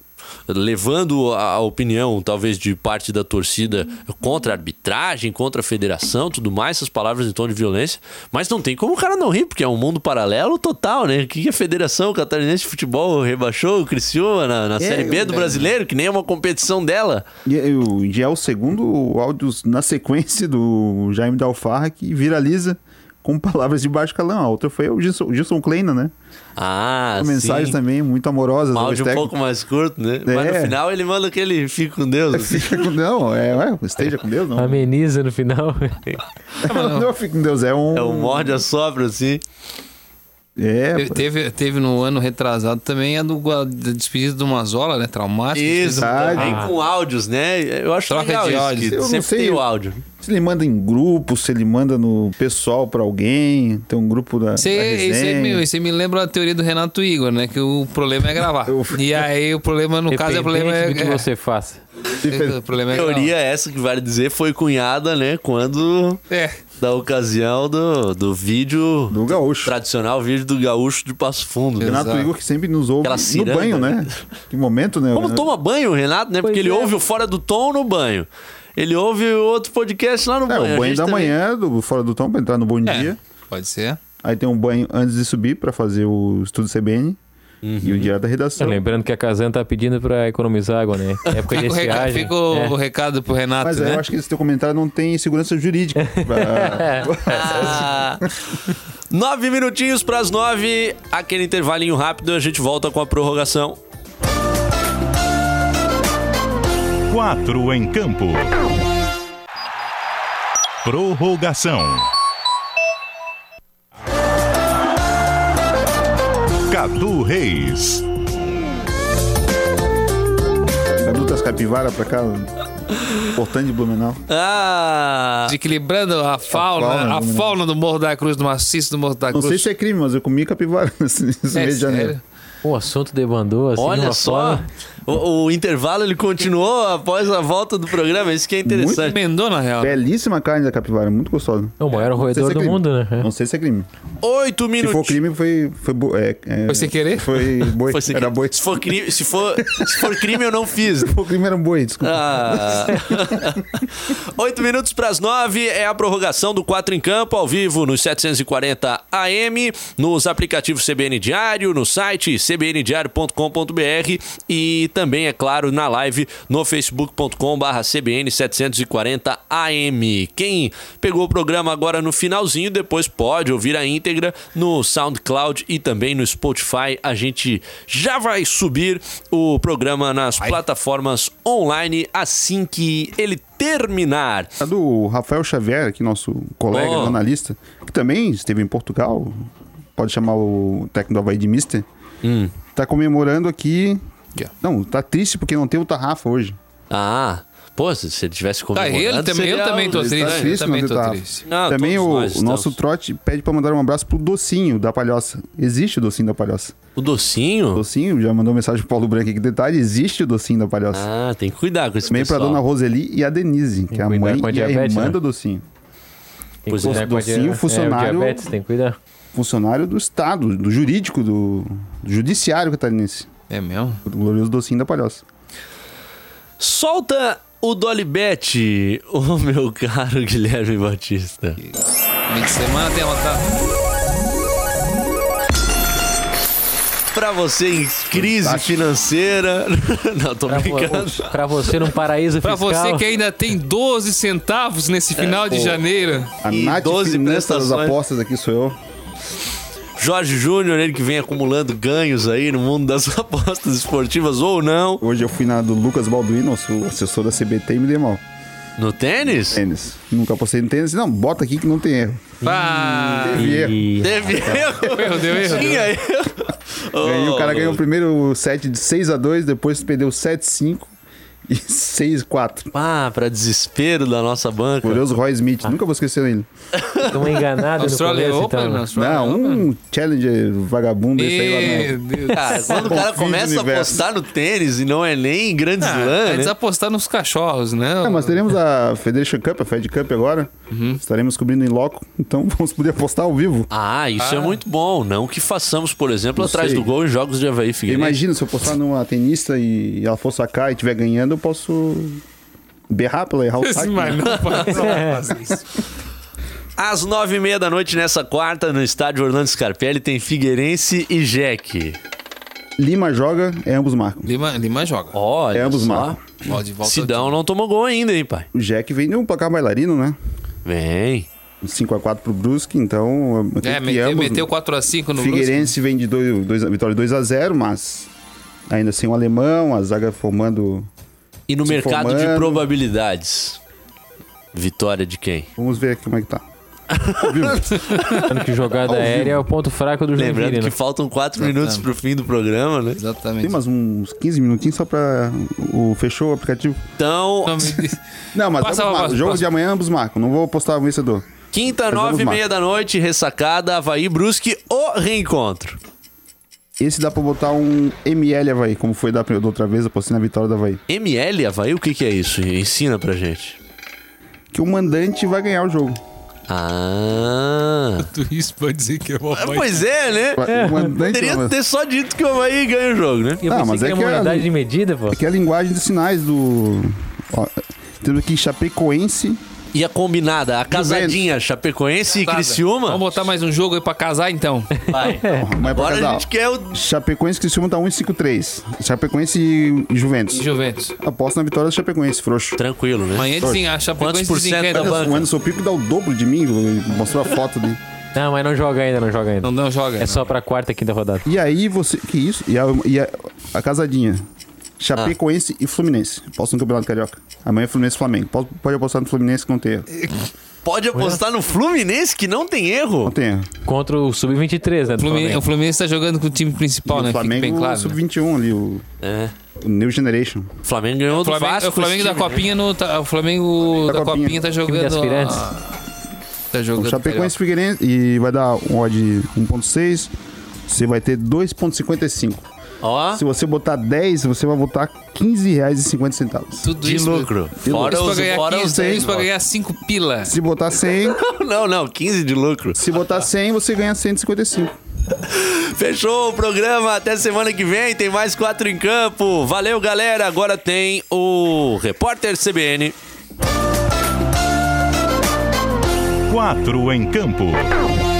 S2: levando a a opinião, talvez, de parte da torcida contra a arbitragem, contra a federação, tudo mais, essas palavras em tom de violência. Mas não tem como o cara não rir, porque é um mundo paralelo total, né? O que que a Federação Catarinense de Futebol rebaixou o Criciúma na, na Série B do brasileiro, que nem é uma competição dela.
S4: E, e o- e é o segundo áudio na sequência do Jaime da Alfarra que viraliza com palavras de baixo calão. A outra foi o Gilson, Gilson Kleina, né?
S2: Ah,
S4: Com mensagens
S2: sim.
S4: também muito amorosas. né,
S2: Um
S4: do
S2: áudio um
S4: técnico.
S2: pouco mais curto, né? Mas no
S4: É.
S2: final ele manda aquele fica com
S4: *laughs*
S2: Deus. assim.
S4: Fica com- *laughs* Não, é, ué, esteja com Deus, não.
S5: Ameniza no final.
S4: *laughs* Não, fica com Deus, é um...
S2: É o morde a sopra, assim.
S4: É,
S3: Te- Teve, teve no ano retrasado também a do Gua- da despedida do Mazola, né? Traumática.
S2: Isso,
S4: verdade.
S2: também com áudios, né? Eu acho
S3: Troca
S2: legal
S3: de
S2: isso,
S3: áudios.
S2: que
S4: Eu não
S2: Sempre
S4: sei.
S2: tem o áudio.
S4: Se ele manda em grupo, se ele manda no pessoal pra alguém, tem um grupo da.
S3: Isso
S4: da
S3: aí,
S2: é
S3: isso, aí
S4: resenha.
S3: me, isso aí me lembra a teoria do Renato Igor, né? Que o problema é gravar. e aí o problema, no caso, é o problema é.
S5: Independente do que você faça.
S3: é, o problema é gravar.
S2: Teoria essa que vale dizer foi cunhada, né? Quando
S3: É.
S2: da ocasião do, do vídeo
S4: Do gaúcho.
S2: tradicional vídeo do gaúcho de Passo Fundo. né?
S4: Renato
S3: Exato.
S4: Igor que sempre nos ouve
S2: Aquela
S4: no
S2: ciranda,
S4: banho, né? Que momento, né?
S2: Como toma banho, Renato, né? Porque
S5: Pois
S2: ele
S5: é.
S2: ouve o fora do tom no banho. Ele ouve outro podcast lá no
S4: É,
S2: banho. A
S4: o banho
S2: gente
S4: da
S2: também- É.
S4: manhã, do fora do tom, pra entrar no bom dia.
S3: Pode ser.
S4: Aí tem um banho antes de subir pra fazer o estudo CBN
S2: Uhum.
S4: e o diário da redação.
S5: Lembrando que a Kazan tá pedindo pra economizar água, né? Época de
S3: Fica o, recado,
S5: estiagem.
S3: fica o-
S5: É.
S3: o recado pro Renato,
S4: Mas é,
S3: né?
S4: eu acho que esse teu comentário não tem segurança jurídica. pra-
S2: Ah. Nove minutinhos pras nove, aquele intervalinho rápido, a gente volta com a prorrogação.
S1: Quatro em campo. Prorrogação. Cadu Reis.
S4: Cadutas capivara pra cá. Importante de Blumenau.
S2: Ah,
S3: Desequilibrando a fauna, a fauna,
S4: fauna, né?
S3: do Morro da Cruz, do maciço do Morro da
S4: Não
S3: Cruz.
S4: sei se é crime, mas eu comi capivara *laughs* nesse nesse mês de janeiro.
S3: É, sério.
S5: O assunto debandou assim. de
S2: olha
S5: uma
S2: só,
S5: forma-
S2: o, o intervalo ele continuou após a volta do programa, isso que é interessante.
S3: Emendou, na
S4: É.
S3: real.
S4: Belíssima carne da capivara, muito gostosa.
S5: É o maior
S4: Não sei se
S5: roedor
S4: é
S5: do
S4: crime.
S5: mundo, né?
S4: Não sei se é crime.
S2: Oito
S4: Se for
S2: minutinhos.
S4: crime, foi. Foi, bo- é, é-
S3: Foi sem querer?
S4: Foi boi.
S2: *laughs* Foi sem
S4: era
S2: crime.
S4: boi.
S2: Se for crime, se for, se for crime eu não fiz.
S4: Se for crime, era um boi, desculpa.
S2: Ah. Oito minutos para as nove é a prorrogação do 4 em Campo, ao vivo nos 740 AM, nos aplicativos CBN Diário, no site cbndiario.com.br e também, é claro, na live no facebook.com.br cbn740am. Quem pegou o programa agora no finalzinho, depois pode ouvir a íntegra no SoundCloud e também no Spotify. A gente já vai subir o programa nas plataformas online assim que ele terminar.
S4: A do Rafael Xavier, aqui, nosso colega,
S2: Ó.
S4: jornalista, que também esteve em Portugal, pode chamar o técnico do Havaí de Mister, tá comemorando aqui.
S3: Yeah.
S4: Não, tá triste porque não tem o Tarrafa hoje.
S2: Ah, pô, se se ele tivesse
S3: Tá,
S2: comemorado...
S3: ele também, eu
S2: seria
S3: também tô
S2: um-
S3: triste.
S4: tá
S3: Eu
S4: triste,
S3: também
S4: não
S3: tô
S4: tá.
S3: triste.
S2: Não,
S4: também
S2: todos
S4: o,
S2: nós
S4: o nosso
S2: estamos.
S4: trote pede pra mandar um abraço pro Docinho da Palhoça. Existe o Docinho da Palhoça.
S2: O docinho?
S4: Docinho já mandou mensagem pro Paulo Branco aqui. Detalhe, existe o Docinho da Palhoça.
S2: Ah, tem que cuidar com esse
S4: Também pra
S2: pessoal.
S4: dona Roseli e a Denise, que é a
S5: cuidar
S4: mãe
S5: com a
S4: e a
S5: diabetes,
S4: irmã
S5: né?
S4: do Docinho.
S5: Tem
S2: Pois
S5: que
S2: é,
S5: cuidar com a
S4: docinho,
S5: dia-
S4: funcionário-
S5: É, o diabetes, tem que cuidar.
S4: Funcionário do Estado, do jurídico, do, do judiciário catarinense.
S3: É mesmo?
S4: O glorioso Docinho da Palhoça.
S2: Solta o Dolibete, ô meu *laughs* caro Guilherme Batista.
S3: Meio de semana derrotado.
S2: Pra você em crise financeira. *laughs* Não, tô
S4: É,
S5: Pra,
S2: brincando.
S5: vo- pra você num paraíso
S3: Pra
S5: fiscal.
S3: você que ainda tem 12 centavos
S4: É,
S3: nesse final de janeiro.
S4: A
S2: E
S4: Nath
S2: 12
S4: Finanças das
S2: prestações.
S4: Apostas aqui sou eu.
S2: Jorge Júnior, ele que vem acumulando ganhos aí no mundo das *laughs* apostas esportivas ou não.
S4: Hoje eu fui na do Lucas Balduino, nosso assessor da CBT, e me dei mal.
S2: No tênis?
S4: Tênis. Nunca apostei no tênis. Não, bota aqui que não tem erro.
S3: Pá!
S4: *laughs* Teve erro.
S5: E...
S2: Teve erro.
S3: Meu Deus, meu Deus.
S2: Tinha erro.
S4: Ganhei, o cara
S2: Oh,
S4: ganhou o primeiro set de 6x2, depois perdeu 7x5. E *laughs* 6-4.
S2: Ah, pra desespero da nossa banca.
S4: Glorioso Roy Smith. Nunca vou esquecer ele.
S5: Estão enganados no
S3: Australia
S5: começo,
S3: é Open,
S5: então. né?
S3: Australia
S4: tá Não,
S3: Open.
S4: um challenger vagabundo esse aí Ah, lá
S3: Meu
S4: não. é.
S3: Deus.
S4: *laughs*
S2: Cara, quando o cara
S4: Confins do
S2: começa a
S4: universo.
S2: apostar no tênis e não é nem grande
S3: Ah,
S2: slam,
S3: Eles
S2: né?
S3: apostaram nos cachorros, né?
S4: Ah, mas teremos a Federation Cup, a Fed Cup agora. Estaremos cobrindo em loco, então *laughs* vamos poder apostar ao vivo.
S2: Ah, isso é muito bom. Não que façamos, por exemplo,
S4: Não
S2: atrás
S4: sei.
S2: do gol em jogos de Havaí Figueirense.
S4: Imagina se eu postar numa tenista e ela for sacar e estiver ganhando, eu posso berrar pra ela errar o
S3: Esse
S4: saque.
S3: mas
S4: né?
S3: não pode fazer isso.
S2: Às nove e meia da noite nessa quarta, no estádio Orlando Scarpelli, tem Figueirense e Jack.
S4: Lima joga, é ambos marcam.
S3: *laughs* Lima, Lima joga.
S2: Olha
S4: É, ambos
S2: só.
S4: marcam.
S3: Ó, de volta
S2: Sidão não tomou gol ainda, hein, pai?
S4: O Jack vem de um placar bailarino, né?
S2: Vem.
S4: 5x4 pro Brusque, então...
S2: né?
S3: ao time. É, meteu, meteu 4x5 no
S4: Figueirense vem de dois, dois, vitória 2x0, mas ainda sem o alemão, a zaga formando...
S2: E no
S4: Se
S2: mercado de
S4: formando.
S2: probabilidades, vitória de quem?
S4: Vamos ver aqui como é que tá.
S5: Lembrando que jogada
S4: Ao vivo.
S5: aérea é o ponto fraco do
S2: Lembrando
S5: Joinville,
S2: que
S5: né?
S2: faltam quatro minutos pro fim do programa, né?
S3: Brusque.
S2: *laughs*
S3: Exatamente.
S4: Tem mais uns 15 minutinhos só pra... O, fechou o aplicativo.
S2: Então,
S3: Não, me diz.
S4: Não, mas
S3: Passa
S4: ambos
S3: lá,
S4: marcam.
S3: passa,
S4: jogo
S3: passa.
S4: de amanhã ambos marcam. Não vou postar o vencedor.
S2: quinta,
S4: Mas vamos
S2: nove e
S4: lá.
S2: meia da noite, ressacada, Havaí Brusque, o reencontro.
S4: Esse dá pra botar um ML Havaí, como foi da, da outra vez, eu postei na vitória da Havaí.
S2: ML Havaí, o que, que é isso? Ensina pra gente.
S4: Que o mandante vai ganhar o jogo.
S2: Ah.
S3: Tudo isso pra dizer que é uma
S2: Ah,
S3: mãe.
S2: Pois é, né?
S4: O mandante
S2: Poderia
S4: mas-
S2: ter só dito que o Havaí ganha o jogo, né?
S5: Eu
S4: Ah,
S5: pensei
S4: mas
S5: que
S4: é
S5: era
S4: que
S5: uma
S4: é-
S5: unidade de medida, pô.
S4: É que é a linguagem de sinais do. Ó, temos aqui Chapecoense.
S2: E a combinada, a casadinha Chapecoense e Criciúma.
S3: Vamos botar mais um jogo aí pra casar, então.
S2: Vai. *laughs*
S4: Mas pra
S2: Agora
S4: cada,
S2: a
S4: ó,
S2: gente quer o.
S4: Chapecoense que cima tá 153. Chapecoense e Juventus.
S3: Juventus.
S4: Aposta na vitória do Chapecoense, frouxo.
S2: Tranquilo, né?
S3: Amanhã sim, a
S2: Quantos
S3: Chapecoense
S2: por cento
S3: desencana.
S2: da banca?
S4: O Anderson Pico dá o dobro de mim, mostrou a foto dele.
S5: Não, mas não joga ainda, não joga ainda.
S3: Não, não joga.
S5: É só pra quarta e quinta rodada.
S4: E aí você. Que isso? E a, e a, a casadinha. Chapecoense e Fluminense. Aposta no Campeonato Carioca. Amanhã é Fluminense e Flamengo. Pode, pode apostar no Fluminense que não tem erro.
S2: Pode apostar no Fluminense que não tem erro.
S4: Não tem erro.
S5: Contra o Sub-23, né?
S3: O Fluminense,
S5: do
S3: o
S5: Flamengo.
S3: Fluminense tá jogando com o time principal,
S4: E
S3: né?
S4: o
S3: Fica
S4: Flamengo
S3: bem claro. né?
S4: sub-21 ali, o,
S2: É.
S4: o New Generation.
S2: O Flamengo ganhou
S3: O
S2: do
S3: Flamengo,
S2: Vasco.
S3: o Flamengo da
S2: esse time, né?
S3: Copinha no. tá- o Flamengo da,
S4: Da
S3: Copinha,
S4: Copinha.
S3: tá
S5: Time de
S3: jogando.
S5: aspirantes.
S3: tá jogando.
S4: O Chapecoense e Figueirense e vai dar um odd 1.6. Você vai ter 2.55.
S2: Ó,
S4: Se você botar 10, você vai botar R$15,50.
S3: Tudo
S2: de
S3: isso.
S2: lucro. Fora
S3: Isso pra
S2: os,
S3: ganhar
S2: fora
S3: 15,
S2: os 10.
S3: isso pra ganhar 5 pila.
S4: Se botar 100,
S2: Não, não, 15 de lucro.
S4: se botar 100, você ganha 155.
S2: Fechou o programa. Até semana que vem. Tem mais quatro em campo. Valeu, galera. Agora tem o Repórter CBN.
S1: Quatro em campo.